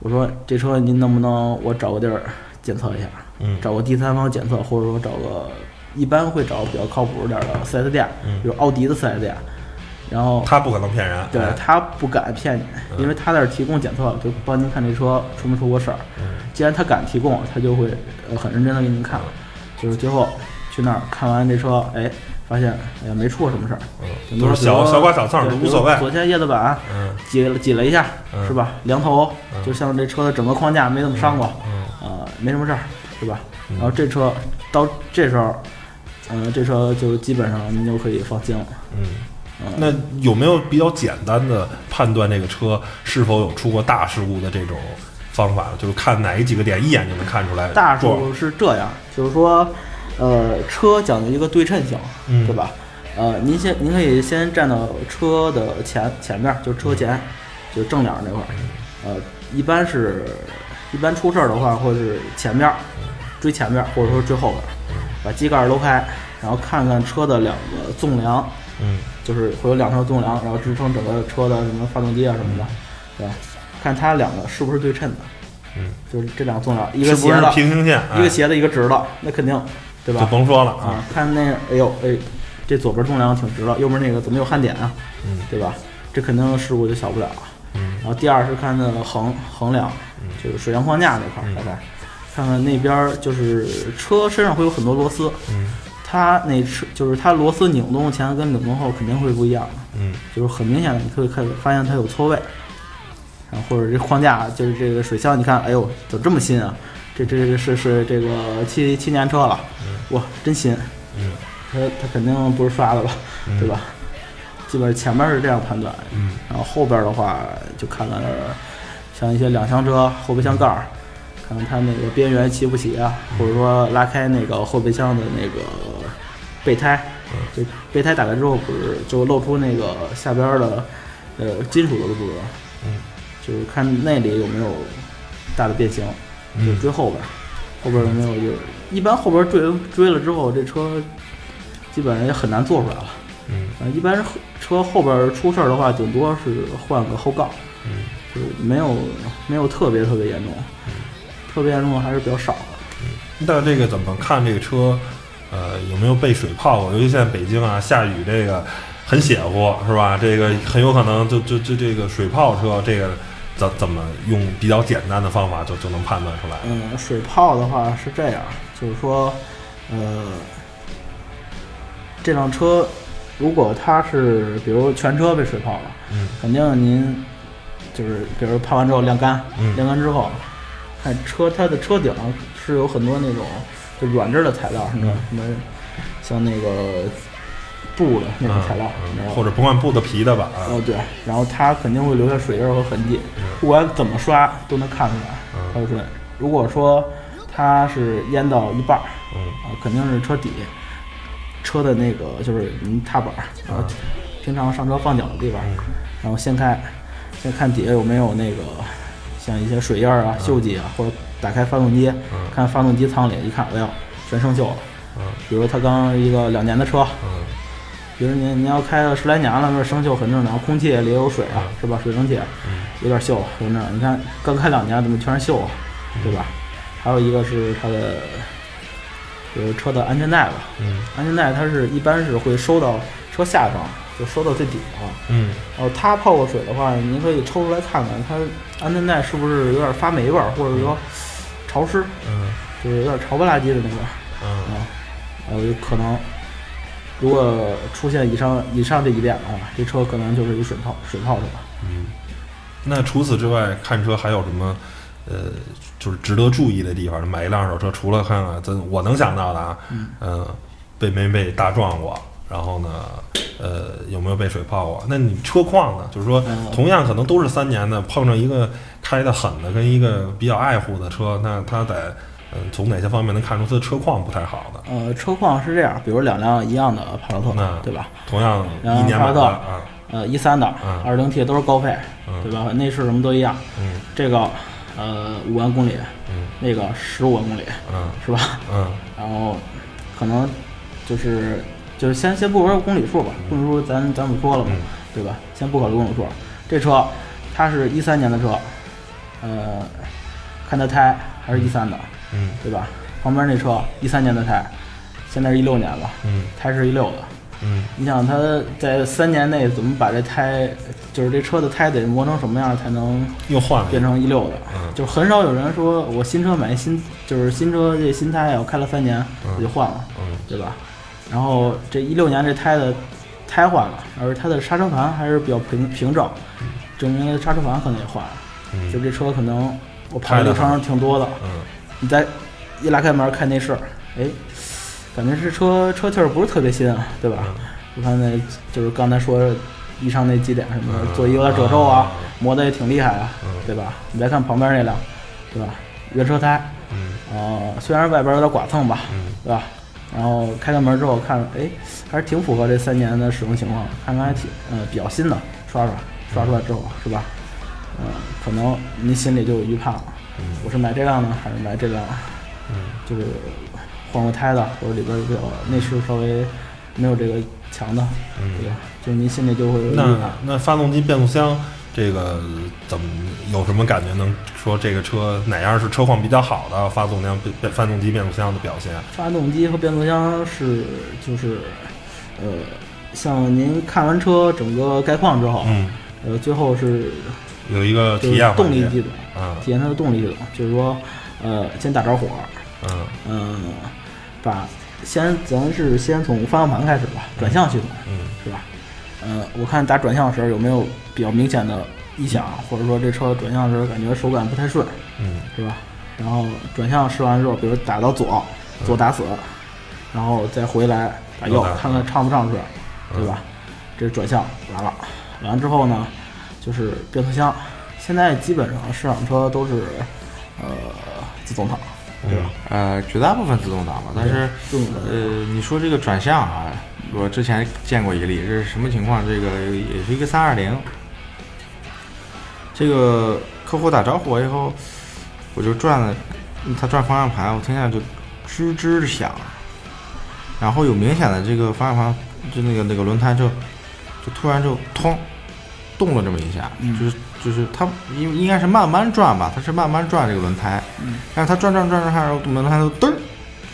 S2: 我说这车您能不能我找个地儿检测一下？
S1: 嗯
S2: 找个第三方检测，或者说找个一般会找比较靠谱点儿的 4S 店，
S1: 嗯
S2: 比如奥迪的 4S 店，然后
S1: 他不可能骗人，
S2: 对
S1: 哎
S2: 他不敢骗
S1: 嗯
S2: 你，因为他在这儿提供检测，就帮您看这车出没出过事儿。
S1: 嗯
S2: 既然他敢提供，他就会呃很认真的给您看。就是最后去那儿看完这车，哎，发现哎呀没出过什么事儿，
S1: 嗯都是小小刮小蹭
S2: 对
S1: 都
S2: 比
S1: 无
S2: 如
S1: 所谓，
S2: 左前叶子板
S1: 嗯
S2: 挤了挤了一下，
S1: 嗯
S2: 是吧？梁头
S1: 嗯
S2: 就像这车的整个框架没怎么伤过，
S1: 嗯
S2: 呃，没什么事儿，对吧？然后这车到这时候，嗯，这车就基本上您就可以放心了。
S1: 嗯。
S2: 嗯
S1: 那有没有比较简单的判断这个车是否有出过大事故的这种方法？就是看哪几个点一眼就能看出来。
S2: 大
S1: 撞
S2: 数是这样，就是说，呃，车讲究一个对称性，
S1: 嗯
S2: 对吧？呃，您先您可以先站到车的前前面，就是车前，就正脸儿那块儿。呃，一般是，一般出事儿的话，或者是前面儿追前面儿，或者说追后边儿，把机盖儿搂开，然后看看车的两个纵梁，
S1: 嗯
S2: 就是会有两条纵梁，然后支撑整个车的什么发动机啊什么的，对吧？看它两个是不是对称的，
S1: 嗯，
S2: 就是这两个纵梁，一
S1: 是
S2: 个
S1: 不
S2: 斜
S1: 是
S2: 的，
S1: 平行线？
S2: 一
S1: 哎
S2: 个斜的，一个直的，那肯定，对
S1: 就
S2: 吧？
S1: 甭说了
S2: 啊，，看那，哎呦，哎，这左边纵梁挺直的，右边那个怎么有焊点啊？
S1: 嗯，
S2: 对吧？这肯定事故就小不了。啊
S1: 嗯，
S2: 然后第二是看那个横横梁，就是水箱框架那
S1: 嗯
S2: 块儿，大概看看那边儿就是车身上会有很多螺丝，
S1: 嗯
S2: 它那车就是它螺丝拧动前跟拧动后肯定会不一样的。啊
S1: 嗯
S2: 就是很明显的，你可以看发现它有错位，然后啊或者这框架就是这个水箱，你看，哎呦，怎么这么新啊？这这这是是这个七七年车了，哇，真新，
S1: 嗯
S2: 它它肯定不是刷的吧，对吧？基本上前面是这样判断，
S1: 嗯
S2: 然后后边的话就看看像一些两厢车后备箱盖儿，看看它那个边缘齐不齐啊，或者说拉开那个后备箱的那个备胎，
S1: 嗯
S2: 就备胎打开之后不是就露出那个下边儿的呃金属的部分，
S1: 嗯，
S2: 就是看那里有没有大的变形，就
S1: 嗯
S2: 追后边儿，后边儿有没有就一般后边儿追追了之后，这车基本上也很难做出来了。
S1: 嗯
S2: 呃，一般是后车后边儿出事儿的话，顶多是换个后杠，
S1: 嗯
S2: 就是没有没有特别特别严重，特别严重的还是比较少的。
S1: 那这个怎么看这个车？呃，有没有被水泡过？尤其现在北京啊，下雨这个很邪乎，是吧？这个很有可能就就就这个水泡车，这个怎怎么用比较简单的方法就就能判断出来？
S2: 嗯，水泡的话是这样，就是说，呃，这辆车如果它是比如全车被水泡了，
S1: 嗯
S2: 肯定您就是比如泡完之后晾干，
S1: 嗯
S2: 晾干之后，看车它的车顶是有很多那种就软质儿的材料，什
S1: 嗯
S2: 么什么像那个布的
S1: 嗯
S2: 那种材料，然后
S1: 或者不管布的皮的吧，啊
S2: 哦，对，然后它肯定会留下水印儿和痕迹，不管怎么刷都能看出来
S1: 嗯
S2: 它有水。如果说它是淹到一半儿，
S1: 嗯
S2: 啊，肯定是车底，车的那个就是您踏板儿，然
S1: 嗯
S2: 后平常上车放脚的地方，然后掀开，先看底下有没有那个像一些水印儿啊、锈迹啊，
S1: 嗯
S2: 或者打开发动机，看发动机舱里一看，哎呦，全生锈了。
S1: 嗯
S2: 比如它刚一个两年的车，
S1: 嗯
S2: 比如您您要开了十来年了，那生锈很正常，空气里也有水啊，是吧？水蒸气有点锈很正常。你看刚开两年怎么全是锈啊，对吧？还有一个是它的，比如车的安全带吧，
S1: 嗯
S2: 安全带它是一般是会收到车下方，就收到最底下。
S1: 嗯
S2: 然后它泡过水的话，您可以抽出来看看，它安全带是不是有点发霉味儿，或者说潮湿，
S1: 嗯
S2: 就是有点潮不拉几的那种。
S1: 嗯
S2: 啊，还有就可能，如果出现以上以上这几点的话，这车可能就是一水泡水泡车了。
S1: 嗯。那除此之外，看车还有什么？呃，就是值得注意的地方。买一辆二手车，除了看看，咱我能想到的啊，
S2: 嗯
S1: 嗯、被没被打撞过？然后呢，呃，有没有被水泡过？那你车况呢？就是说，
S2: 嗯
S1: 同样可能都是三年的，碰上一个开的狠的跟一个比较爱护的车，那他在嗯、从哪些方面能看出他的车况不太好的？
S2: 呃，车况是这样，比如两辆一样的帕萨
S1: 嗯
S2: 特，对吧？
S1: 同样
S2: 然后
S1: 一年买
S2: 哈
S1: 的
S2: 道
S1: 啊，
S2: 呃，一三的
S1: 嗯、
S2: 二零 T 都是高配，
S1: 嗯
S2: 对吧？内饰什么都一样。
S1: 嗯
S2: 这个呃五万公里，
S1: 嗯
S2: 那个十五万公里，
S1: 嗯
S2: 是吧？
S1: 嗯
S2: 然后可能就是就是先先不说公里数吧，公里数咱咱不说了嘛，
S1: 嗯
S2: 对吧？先不考虑公里数，这车它是一三年的车，呃，看它胎还是一三的，
S1: 嗯
S2: 对吧？旁边那车一三年的胎，现在是一六年了，
S1: 嗯
S2: 胎是一六的。
S1: 嗯
S2: 你想它在三年内怎么把这胎，就是这车的胎得磨成什么样才能
S1: 又换了一
S2: 变
S1: 个，
S2: 成一六的，
S1: 嗯
S2: 就是很少有人说我新车买新，就是新车这新胎啊我开了三年
S1: 嗯
S2: 我就换了，
S1: 嗯
S2: 对吧？然后这一六年这胎的胎换了，而它的刹车盘还是比较平平整，证明它的刹车盘可能也换了，就
S1: 嗯
S2: 这车可能我跑的里
S1: 开
S2: 程挺多的，
S1: 嗯
S2: 你再一拉开门看内饰，哎，感觉这车车气儿不是特别新啊，对吧？
S1: 嗯
S2: 我看那就是刚才说以上那几点什
S1: 嗯
S2: 么的，座椅有点褶皱啊，磨的也挺厉害啊，对吧？你再看旁边那辆，对吧？原车胎，
S1: 嗯
S2: 呃，虽然外边有点剐蹭吧，
S1: 嗯
S2: 对吧？然后开开门之后看，哎，还是挺符合这三年的使用情况，看看还挺，呃，比较新的，刷刷刷出来之后是吧？嗯、可能您心里就有预判了，我是买这辆呢，还是买这辆？
S1: 嗯
S2: 就是换过胎的，或者里边儿比较内饰稍微没有这个强的，对
S1: 嗯。
S2: 吧？就是您心里就会有
S1: 那
S2: 预判。
S1: 那发动机、变速箱这个怎么有什么感觉？能说这个车哪样是车况比较好的？发动量、变发动机、变速箱的表现？
S2: 发动机和变速箱是就是呃，像您看完车整个概况之后，
S1: 嗯，
S2: 呃，最后是
S1: 有一个
S2: 就
S1: 体
S2: 是
S1: 验
S2: 动
S1: 环
S2: 力
S1: 节
S2: 系。统，
S1: 嗯
S2: 体验它的动力系统，就是说呃，先打着火，
S1: 嗯
S2: 嗯、把先咱是先从方向盘开始吧，转向系统，
S1: 嗯
S2: 是吧？呃，我看打转向的时候有没有比较明显的异响，或者说这车转向的时候感觉手感不太顺，
S1: 嗯
S2: 是吧？然后转向试完之后，比如打到左，左打死，然后再回来打右
S1: 右嗯打，死嗯
S2: 看看唱不唱顺，对吧？这是转向完了，完了之后呢，就是变速箱。现在基本上市场车都是，呃，自动挡，对吧？
S1: 嗯
S3: 呃，绝大部分自动挡吧，但是
S2: 自动挡
S3: 呃，你说这个转向啊，我之前见过一例，这是什么情况？这个也是一个三二零，这个客户打着火以后，我就转了，他转方向盘，我听见就吱吱响，然后有明显的这个方向盘就那个那个轮胎就就突然就通动了这么一下，
S2: 嗯
S3: 就是就是它应应该是慢慢转吧，它是慢慢转这个轮胎，
S2: 嗯
S3: 但是它转转转转转，然后轮胎就嘚儿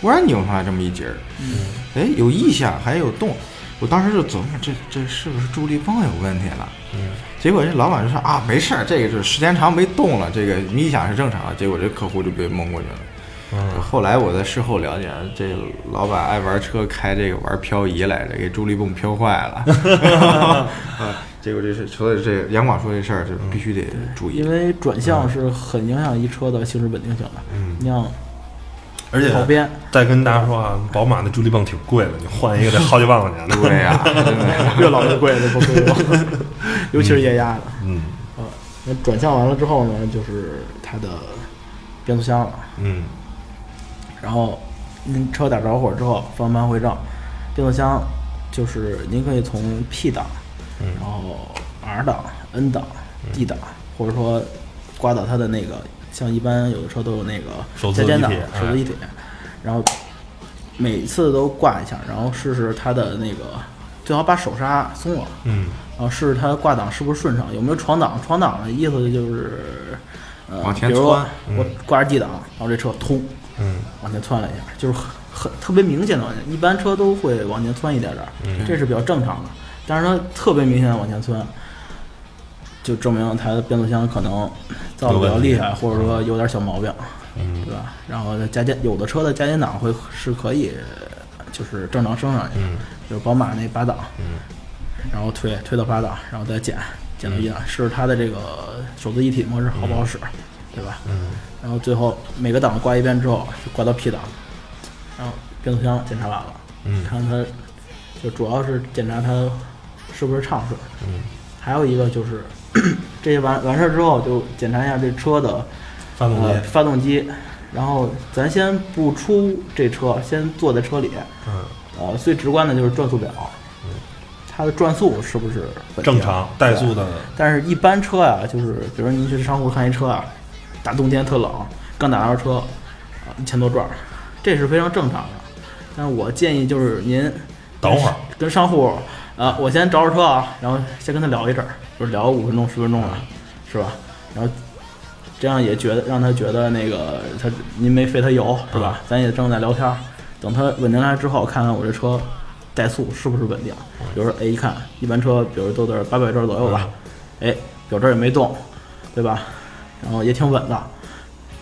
S3: 突然拧上来这么一截儿，
S2: 嗯
S3: 哎有异响还有动，我当时就琢磨这这是不是助力泵有问题了？
S1: 嗯
S3: 结果这老板就说啊，没事儿，这个就是时间长没动了，这个你一想是正常的。结果这客户就被蒙过去了。
S1: 嗯
S3: 后来我在事后了解，这老板爱玩车，开这个玩漂移来着，给助力泵漂坏了。 啊，结果这是，所以这杨广说这事儿，就必须得注意
S2: 嗯因。为转向是很影响一车的行驶稳定性的，
S1: 嗯，
S2: 你像
S1: 而且
S2: 跑
S3: 啊
S2: 边，
S1: 再跟大家说啊，宝马的助力泵挺贵的，你换一个得好几万块 钱呢。
S3: 对呀、真的
S2: 越老越贵的不贵了， 尤其是液压的。呃
S1: 嗯
S2: 那转向完了之后呢，就是它的变速箱了，
S1: 嗯
S2: 然后您车打着火之后方向盘回正，变速箱就是您可以从 P 档，
S1: 嗯
S2: 然后 R 档、N 档、D 档，或者说刮到它的那个，像一般有的车都有那个
S1: 手自
S2: 加减
S1: 一
S2: 档
S1: 体、
S2: 手
S1: 哎
S2: 自一体，然后每次都挂一下，然后试试它的那个，最好把手刹松了。
S1: 嗯
S2: 然后试试它挂啊档是不是顺畅，有没有闯档。闯档的意思就是，呃，
S3: 往前
S2: 比如说
S3: 窜
S1: 嗯
S2: 我挂着 D 档，然后这车通
S1: 嗯
S2: 往前窜了一下，就是很很特别明显的往前，一般车都会往前窜一点点儿，
S1: 嗯
S2: 这是比较正常的。但是它特别明显的往前窜，就证明它的变速箱可能造的比较厉害，或者说有点小毛病，
S1: 嗯
S2: 对吧？然后加减有的车的加减档会是可以，就是正常升上去的，
S1: 嗯
S2: 就是宝马那八档。
S1: 嗯
S2: 然后推推到八档，然后再减减到一
S1: 嗯
S2: 档，试试它的这个手自一体模式好不好使，对吧？
S1: 嗯
S2: 然后最后每个档挂一遍之后，就挂到 P 档，然后变速箱检查完了，
S1: 嗯
S2: 看它就主要是检查它是不是畅顺，
S1: 嗯，
S2: 还有一个就是 这些完完事儿之后，就检查一下这车的
S1: 发动
S2: 呃
S1: 机，
S2: 发动机，然后咱先不出这车，先坐在车里，
S1: 嗯，
S2: 呃，最直观的就是转速表
S1: 嗯，
S2: 它的转速是不是稳定啊
S1: 正常怠速的，
S2: 但是，一般车呀、就是比如您去商户看一车啊，大冬天特冷，刚打完车，啊，一千多转儿，这是非常正常的。但是我建议就是您
S1: 等会儿
S2: 跟商户，呃，我先找找车啊，然后先跟他聊一阵儿，就是聊五分钟十分钟
S1: 嗯
S2: 了，是吧？然后这样也觉得让他觉得那个他您没费他油是吧？
S1: 嗯
S2: 咱也正在聊天儿，等他稳定下来之后，看看我这车怠速是不是稳定。
S1: 嗯
S2: 比如说，哎，一看一般车，比如都在八百转左右吧，
S1: 嗯
S2: 哎，表针也没动，对吧？然后也挺稳的，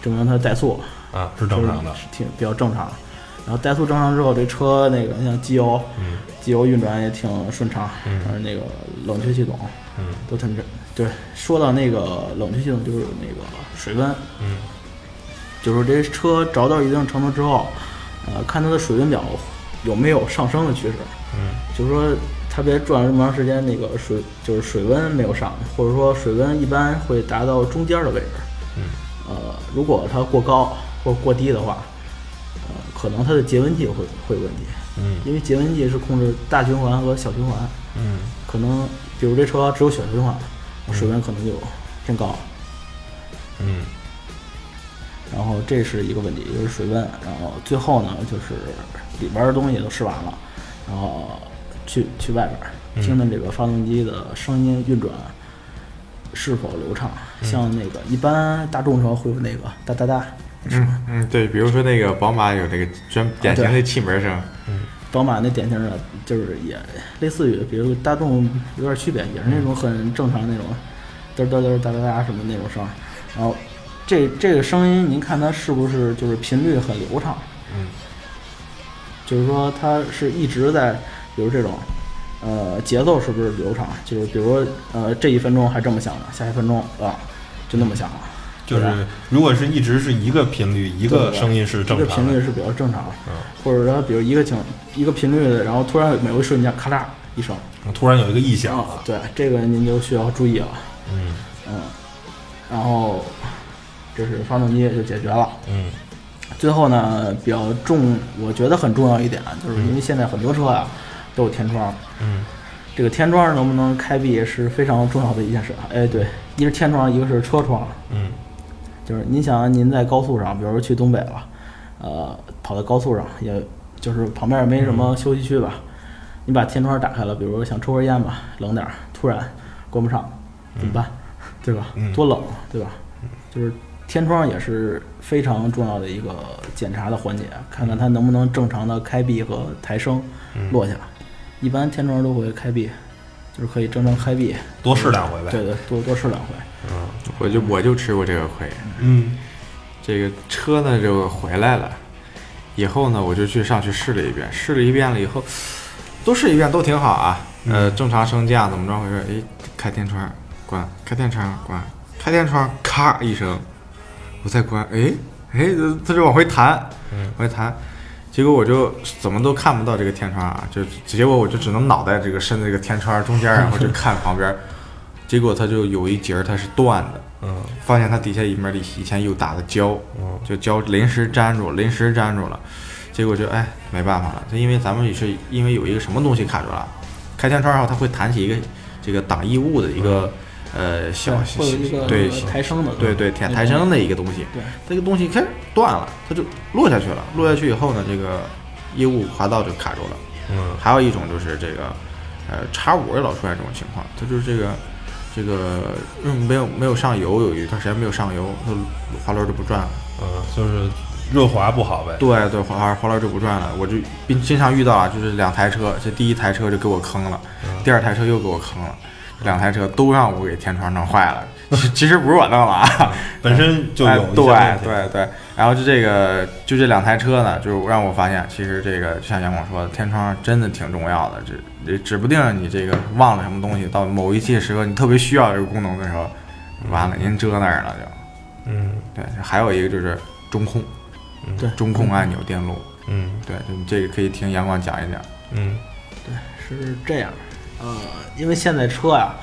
S2: 证明它怠速
S1: 啊是正常的
S2: 就是，挺比较正常。然后怠速正常之后，这车那个像机油，
S1: 嗯
S2: 机油运转也挺顺畅，
S1: 嗯
S2: 然后那个冷却系统
S1: 嗯
S2: 都挺正。对，说到那个冷却系统，就是那个水温，
S1: 嗯
S2: 就是这车着到一定程度之后，呃，看它的水温表有没有上升的趋势，
S1: 嗯
S2: 就是说它别转了这么长时间，那个水就是水温没有上，或者说水温一般会达到中间的位置。
S1: 嗯
S2: 呃，如果它过高或过低的话，呃，可能它的节温器会会有问题，
S1: 嗯
S2: 因为节温器是控制大循环和小循环，
S1: 嗯
S2: 可能比如这车只有小循环，水温可能就偏高，
S1: 嗯
S2: 然后这是一个问题，就是水温，然后最后呢就是里边儿的东西都试完了，然后去去外边儿
S1: 嗯
S2: 听听这个发动机的声音运转是否流畅，
S1: 嗯
S2: 像那个一般大众车会有那个哒哒哒。
S3: 嗯嗯，对，比如说那个宝马有那个
S2: 啊
S3: 专典型的气门声，
S2: 宝马那典型的，啊就是也类似于，比如大众有点区别，也是那种很正常那种，嘚儿嘚儿嘚儿哒哒哒什么那种声儿。然后这这个声音，您看它是不是就是频率很流畅？
S1: 嗯，
S2: 就是说它是一直在，比如这种，呃，节奏是不是流畅？就是比如说，呃，这一分钟还这么响呢，下一分钟啊就那么响了，
S1: 就是如果是一直是一个频率一
S2: 一
S1: 个声音是正
S2: 啊一
S1: 常
S2: 个频
S1: 的
S2: 率，是比较正常的，
S1: 嗯，
S2: 或者说比如一个情一个频率的，然后突然某一瞬间咔嚓一声。
S1: 突然有一个异响
S2: 啊
S1: 了，，
S2: 对，这个您就需要注意了，
S1: 嗯
S2: 嗯，然后这是发动机就解决了。
S1: 嗯
S2: 最后呢，比较重，我觉得很重要一点，啊就是因为现在很多车啊都有天窗，
S1: 嗯
S2: 这个天窗能不能开闭是非常重要的一件事。哎，对，一是天窗，一个是车窗，
S1: 嗯
S2: 就是您想您在高速上，比如说去东北了，呃，跑到高速上，也就是旁边也没什
S3: 嗯
S2: 么休息区吧，你把天窗打开了，比如说想抽根烟吧，冷点儿，突然关不上，
S3: 嗯
S2: 怎么办？对吧？
S1: 嗯
S2: 多冷，啊对吧？就是天窗也是非常重要的一个检查的环节，看看它能不能正常的开闭和抬升、
S1: 嗯，
S2: 落下。一般天窗都会开闭，就是可以正常开闭。
S1: 多试两回呗，
S2: 对对，多多试两回。
S1: 嗯
S3: 我就我就吃过这个亏，
S1: 嗯
S3: 这个车呢就回来了，以后呢我就去上去试了一遍，试了一遍了以后，都试一遍都挺好啊，呃，正常升降怎么着回事？诶，开天窗关，开天窗关，开天窗咔一声，我再关，诶，诶，它就往回弹，
S2: 嗯
S3: 往回弹。结果我就怎么都看不到这个天窗啊，就结果我就只能脑袋这个伸在这个天窗中间，然后就看旁
S2: 嗯
S3: 边，结果它就有一节儿它是断的，
S1: 嗯
S3: 发现它底下一面儿以前有打的胶，
S1: 嗯
S3: 就胶临时粘住，临时粘住了，结果就哎没办法了，它因为咱们也是因为有一个什么东西卡住了，开天窗后它会弹起一个这个挡异物的一个、呃小小
S2: 嗯哎会有一个
S3: 对
S2: 抬升的，
S3: 对对抬抬升的一个东西，
S2: 对，
S3: 这个东西开始断了，它就落下去了，落下去以后呢，这个异物滑道就卡住了。
S1: 嗯
S3: 还有一种就是这个，呃，叉五也老出现这种情况，它就是这个，这个嗯没有没有上油，有一段时间没有上油，它滑轮就不转了。
S1: 嗯，就是润滑不好呗。
S3: 对对，滑滑滑轮就不转了。我就并经常遇到啊，就是两台车，这第一台车就给我坑了，第二台车又给我坑了，两台车都让我给天窗弄坏了。其其实不是我弄了啊，
S1: 本身就
S3: 哎
S1: 有一些
S3: 对
S1: 问题
S3: 对对，然后就这个就这两台车呢，就是让我发现，其实这个就像杨广说的，天窗真的挺重要的，指指指不定你这个忘了什么东西，到某一些时刻你特别需要这个功能的时候，完了您遮那儿了就。
S1: 嗯
S3: 对，还有一个就是中控，
S1: 嗯
S2: 对
S3: 中控按钮电路，
S1: 嗯
S3: 对，就你这个可以听杨广讲一讲。
S1: 嗯
S2: 是这样，呃，因为现在车呀、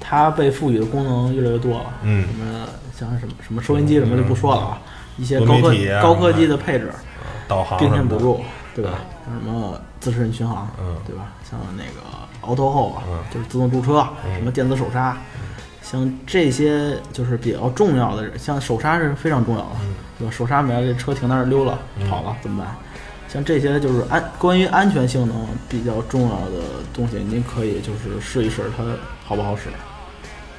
S2: 它被赋予的功能越来越多了，
S1: 嗯
S2: 什么像什么什么收音机什么就不说了啊，一些
S1: 多
S2: 高科
S1: 媒体啊
S2: 高科技的配置，
S1: 嗯导航
S2: 并
S1: 什
S2: 线
S1: 么
S2: 辅
S1: 的。
S2: 助，对吧？像什么自适应巡航，
S1: 嗯
S2: 对吧？像那个 Auto Hold 啊
S1: 嗯，
S2: 就是自动驻车，
S1: 嗯
S2: 什么电子手刹，像这些就是比较重要的，像手刹是非常重要的，
S1: 嗯
S2: 对吧？手刹没了，这车停那儿溜了，跑了怎么办？像这些就是安关于安全性能比较重要的东西，您可以就是试一试它好不好使，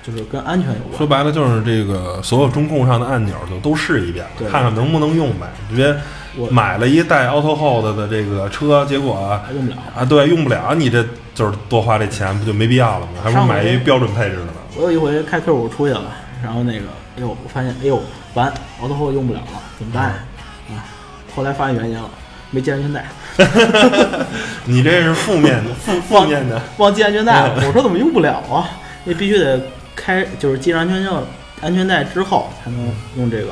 S2: 就是跟安全有关。
S1: 说白了就是这个所有中控上的按钮就都试一遍
S2: 对，
S1: 看看能不能用呗。别
S2: 我
S1: 买了一带 Auto Hold 的这个车，结果啊
S2: 用不了。
S1: 啊对用不了，你这就是多花这钱不就没必要了吗？还不如
S2: 上回
S1: 买一标准配置的呢。
S2: 我有一回开 Q 五出去了，然后那个，哎呦，我发现，哎呦，完，奥特后用不了了，怎么办呀？啊，后来发现原因了，没系安全带，
S1: 你这是负面的，负负面的。
S2: 忘系安全带了。我说怎么用不了啊？那必须得开，就是系上安全带，安全带之后才能用这个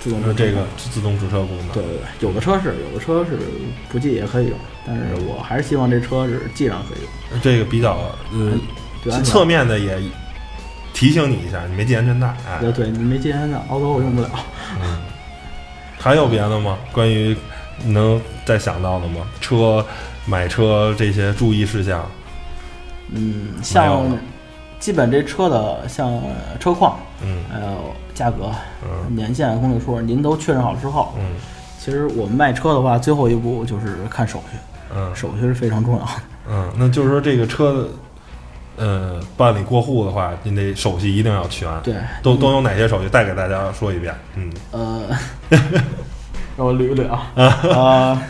S2: 自动
S1: 你
S2: 车
S1: 说这个自动驻车功能，
S2: 对对对，有的车是，有的车是不系也可以用，但是我还是希望这车是系上可以用。
S1: 这个比较呃
S2: 嗯对安全
S1: 侧面的也提醒你一下，你没系安全带。哎
S2: 对，对你没系安全带，奥特后用不了。
S1: 还有别的吗？关于你能再想到的吗？车、买车这些注意事项。
S2: 嗯，
S1: 没有
S2: 像
S1: 了
S2: 基本这车的像呃车况，
S1: 嗯
S2: 还有价格、
S1: 嗯
S2: 年限、公里数，您都确认好之后，
S1: 嗯
S2: 其实我们卖车的话，最后一步就是看手续，
S1: 嗯
S2: 手续是非常重要的。
S1: 嗯，那就是说这个车，呃，办理过户的话，你得手续一定要全。
S2: 对
S1: 都都有哪些手续？再给大家说一遍。嗯
S2: 呃， 让我捋一捋啊，呃，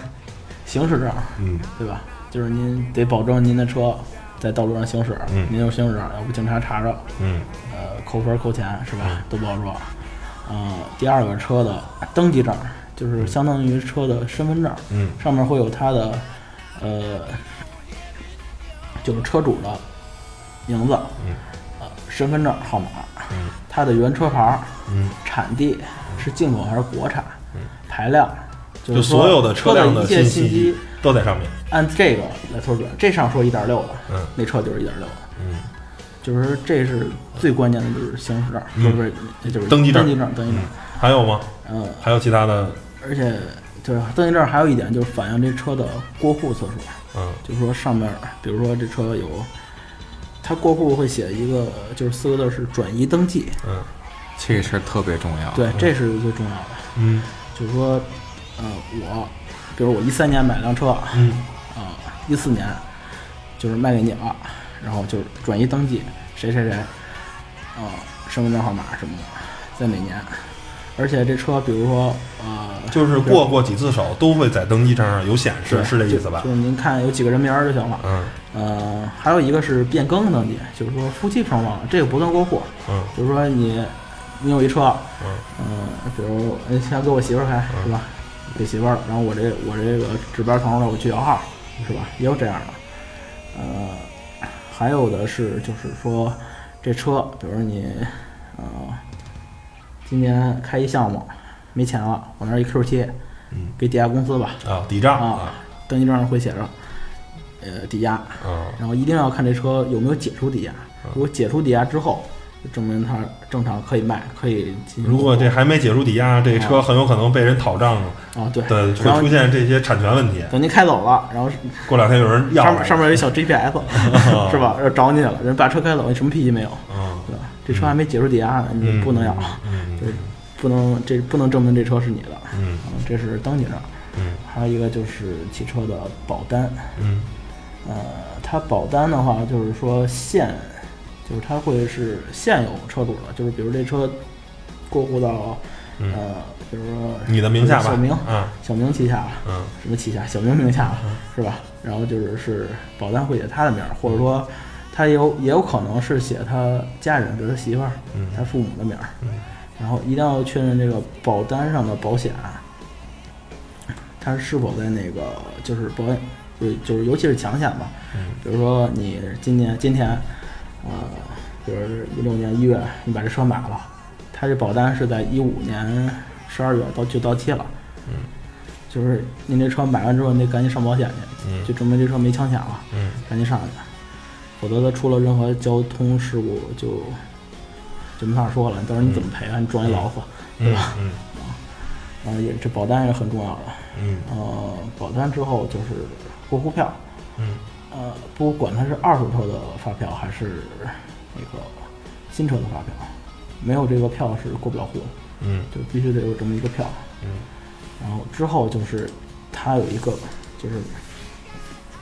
S2: 行驶证，
S1: 嗯
S2: 对吧？就是您得保证您的车在道路上行驶，
S1: 嗯
S2: 您有行驶证，要不警察查着，
S1: 嗯
S2: 呃，扣分儿扣钱是吧？都不好说。呃，第二个车的登记证，就是相当于车的身份证，
S1: 嗯
S2: 上面会有它的，呃，就是车主的名字，
S1: 嗯
S2: 呃，身份证号码，
S1: 嗯
S2: 它的原车牌，
S1: 嗯
S2: 产地是进口还是国产，排量，就
S1: 就是
S2: 说
S1: 所有的车
S2: 车
S1: 辆
S2: 的
S1: 的
S2: 一切
S1: 信
S2: 信息
S1: 息，都在上面。
S2: 按这个来说准，这上说一点六的，
S1: 嗯
S2: 那车就是一点六的。
S1: 嗯
S2: 就是这是最关键的，就是行驶证，
S1: 嗯
S2: 不是不是就是
S1: 登记证
S2: 登记证，登记证
S1: 嗯。，还有吗？
S2: 呃，
S1: 还有其他的？
S2: 而且就是登记证还有一点就是反映这车的过户次数，
S1: 嗯
S2: 就是说上面比如说这车有，它过户会写一个就是四个字儿是转移登记，
S1: 嗯
S3: 这个事儿特别重要，
S2: 对，这是最重要的。
S1: 啊嗯
S2: 就是说，呃，我比如我一三年买辆车，啊、
S1: 嗯
S2: 一四年就是卖给你了，然后就转移登记谁谁谁，呃，身份证号码什么的，在哪年，而且这车比如说呃，
S1: 就是过过几次手都会在登记证上有显示，
S2: 对
S1: 是这意思
S2: 就
S1: 吧
S2: 就？是您看有几个人名儿就行了。
S1: 嗯
S2: 呃，还有一个是变更登记，就是说夫妻双方，这个不算过户，
S1: 嗯
S2: 就是说你你有一车，
S1: 嗯
S2: 嗯，比如哎先给我媳妇儿开是吧？
S1: 嗯
S2: 给媳妇儿，然后我这我这个值班同事呢，我去摇号是吧？也有这样的，呃，还有的是就是说这车，比如说你呃今年开一项目没钱了，我那儿一 Q 贴
S1: 嗯，
S2: 给抵押公司吧，
S1: 啊，抵账
S2: 啊，登记证上会写着呃抵押，
S1: 啊，
S2: 然后一定要看这车有没有解除抵押。如果解除抵押之后，就证明它正常可以卖，可以进行
S1: 嗯如果这还没解除抵押，这车很有可能被人讨账
S2: 啊对
S1: 的，
S2: 然后
S1: 会出现这些产权问题。
S2: 等您开走了，然后
S1: 过两天有人要
S2: 上
S1: 来
S2: 面上面有一小 GPS 是吧？然后找你了，人把车开走，你什么脾气没有，
S1: 嗯
S2: 对吧？这车还没解除抵押呢，你
S1: 嗯，
S2: 不能要，
S1: 嗯
S2: 对，不能这不能证明这车是你的，
S1: 嗯
S2: 嗯，这是登记证。
S1: 嗯
S2: 还有一个就是汽车的保单，
S1: 嗯
S2: 呃，它保单的话，就是说现，就是它会是现有车主的，就是比如这车过户到，
S1: 嗯
S2: 呃，比如说
S1: 你的名下吧
S2: 小明，
S1: 嗯
S2: 小明旗下，
S1: 嗯
S2: 什么旗下，小明名下了，是吧？然后就是是保单会写他的名儿，或者说他有也有可能是写他家人，比如他媳妇儿、
S1: 嗯
S2: 他父母的名儿，
S1: 嗯
S2: 然后一定要确认这个保单上的保险啊，它是否在那个就是保险，就就是尤其是强险吧，比如说你今年今天，呃，比如一六年一月你把这车买了，它这保单是在一五年十二月到就到期了，
S1: 嗯，
S2: 就是您这车买完之后，你得赶紧上保险去，
S1: 嗯
S2: 就证明这车没强险了，
S1: 嗯
S2: 赶紧上去，否则它出了任何交通事故就就没法说了，到时候你怎么赔啊？你撞一老虎，对
S1: 嗯
S2: 吧？
S1: 嗯
S2: 啊、也这保单也很重要的，
S1: 嗯
S2: 呃，保单之后就是过户票，
S1: 嗯
S2: 呃，不管它是二手车的发票还是那个新车的发票，没有这个票是过不了户的，
S1: 嗯
S2: 就必须得有这么一个票。
S1: 嗯
S2: 然后之后就是它有一个就是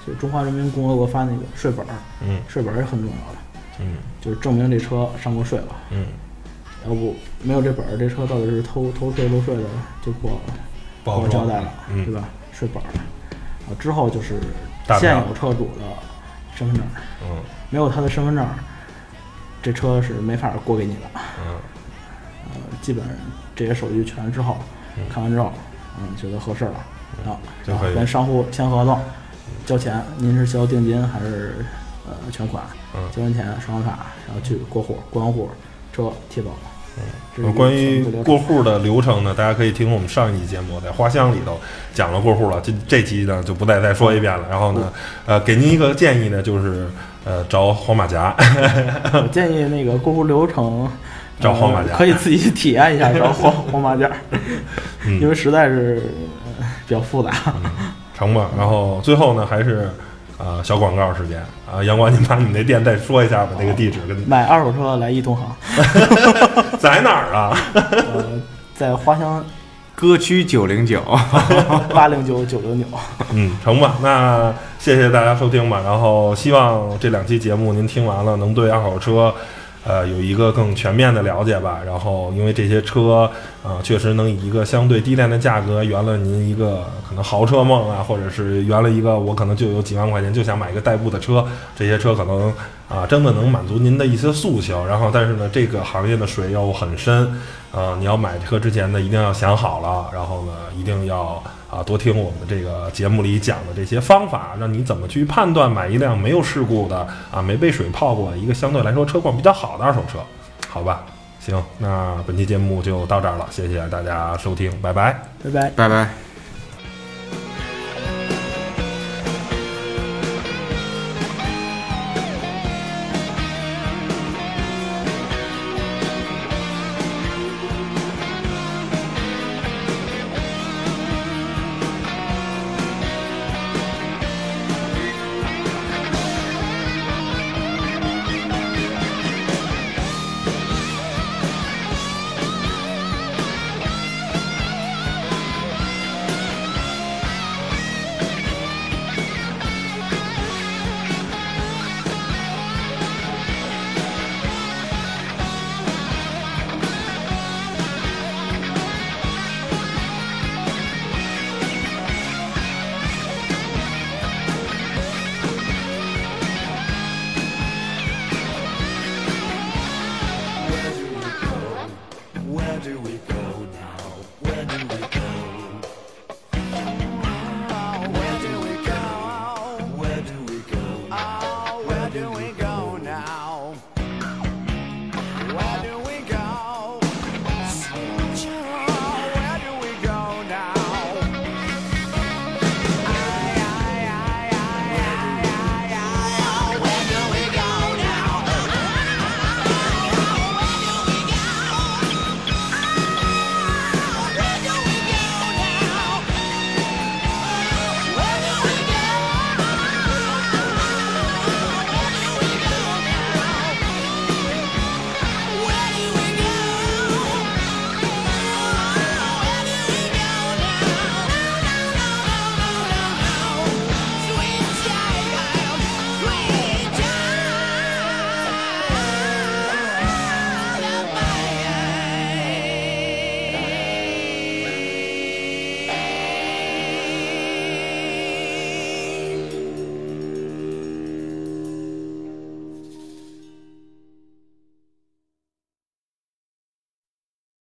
S2: 就是中华人民共和国发那个税本儿，
S1: 嗯
S2: 税本儿也很重要的，
S1: 嗯
S2: 就是证明这车上过税了，
S1: 嗯，
S2: 要不没有这本儿，这车到底是偷偷税漏税的，就不好
S1: 不好
S2: 好
S1: 说
S2: 交代了，
S1: 嗯
S2: 对吧？税本儿，啊，之后就是
S1: 大
S2: 现
S1: 票
S2: 有车主的身份证儿。
S1: 嗯
S2: 没有他的身份证儿，这车是没法过给你的。
S1: 嗯
S2: 呃，基本这些手续全了之后，看完之后，嗯，觉得合适了，然后
S1: 嗯就
S2: 然后
S1: 可以
S2: 跟商户签合同，交钱，您是交定金还是呃全款？
S1: 嗯
S2: 交完钱刷完卡，然后去过户，过完户车贴走了。这是
S1: 呃关
S2: 一
S1: 于
S2: 个全部流程
S1: 过户的流程呢，大家可以听我们上一期节目，在花香里头讲了过户了，这这期呢就不再再说一遍了。然后
S2: 嗯
S1: 呢，呃，给您一个建议呢，就是呃找黄马甲，
S2: 我建议那个过户流程。
S1: 找
S2: 呃
S1: 黄马甲
S2: 可以自己去体验一下找 黄黄马甲，
S1: 嗯
S2: 因为实在是呃比较复杂。
S1: 成吧。然后最后呢，还是呃小广告时间啊，阳光，你把你那店再说一下吧，那个地址跟
S2: 买二手车来一同行，
S1: 在哪儿啊？
S2: 呃，在花乡
S3: 歌曲九零九，
S2: 八零九九零九，
S1: 嗯，成吧。那谢谢大家收听吧。然后希望这两期节目您听完了，能对二手车，呃，有一个更全面的了解吧。然后因为这些车，啊、确实能以一个相对低廉的价格圆了您一个可能豪车梦啊，或者是圆了一个我可能就有几万块钱就想买一个代步的车，这些车可能啊、真的能满足您的一些诉求。然后但是呢，这个行业的水又很深。啊、你要买车之前呢，一定要想好了，然后呢，一定要啊多听我们这个节目里讲的这些方法，让你怎么去判断买一辆没有事故的啊没被水泡过，一个相对来说车况比较好的二手车，好吧？行，那本期节目就到这儿了，谢谢大家收听，拜拜。
S2: 拜拜。
S3: 拜拜。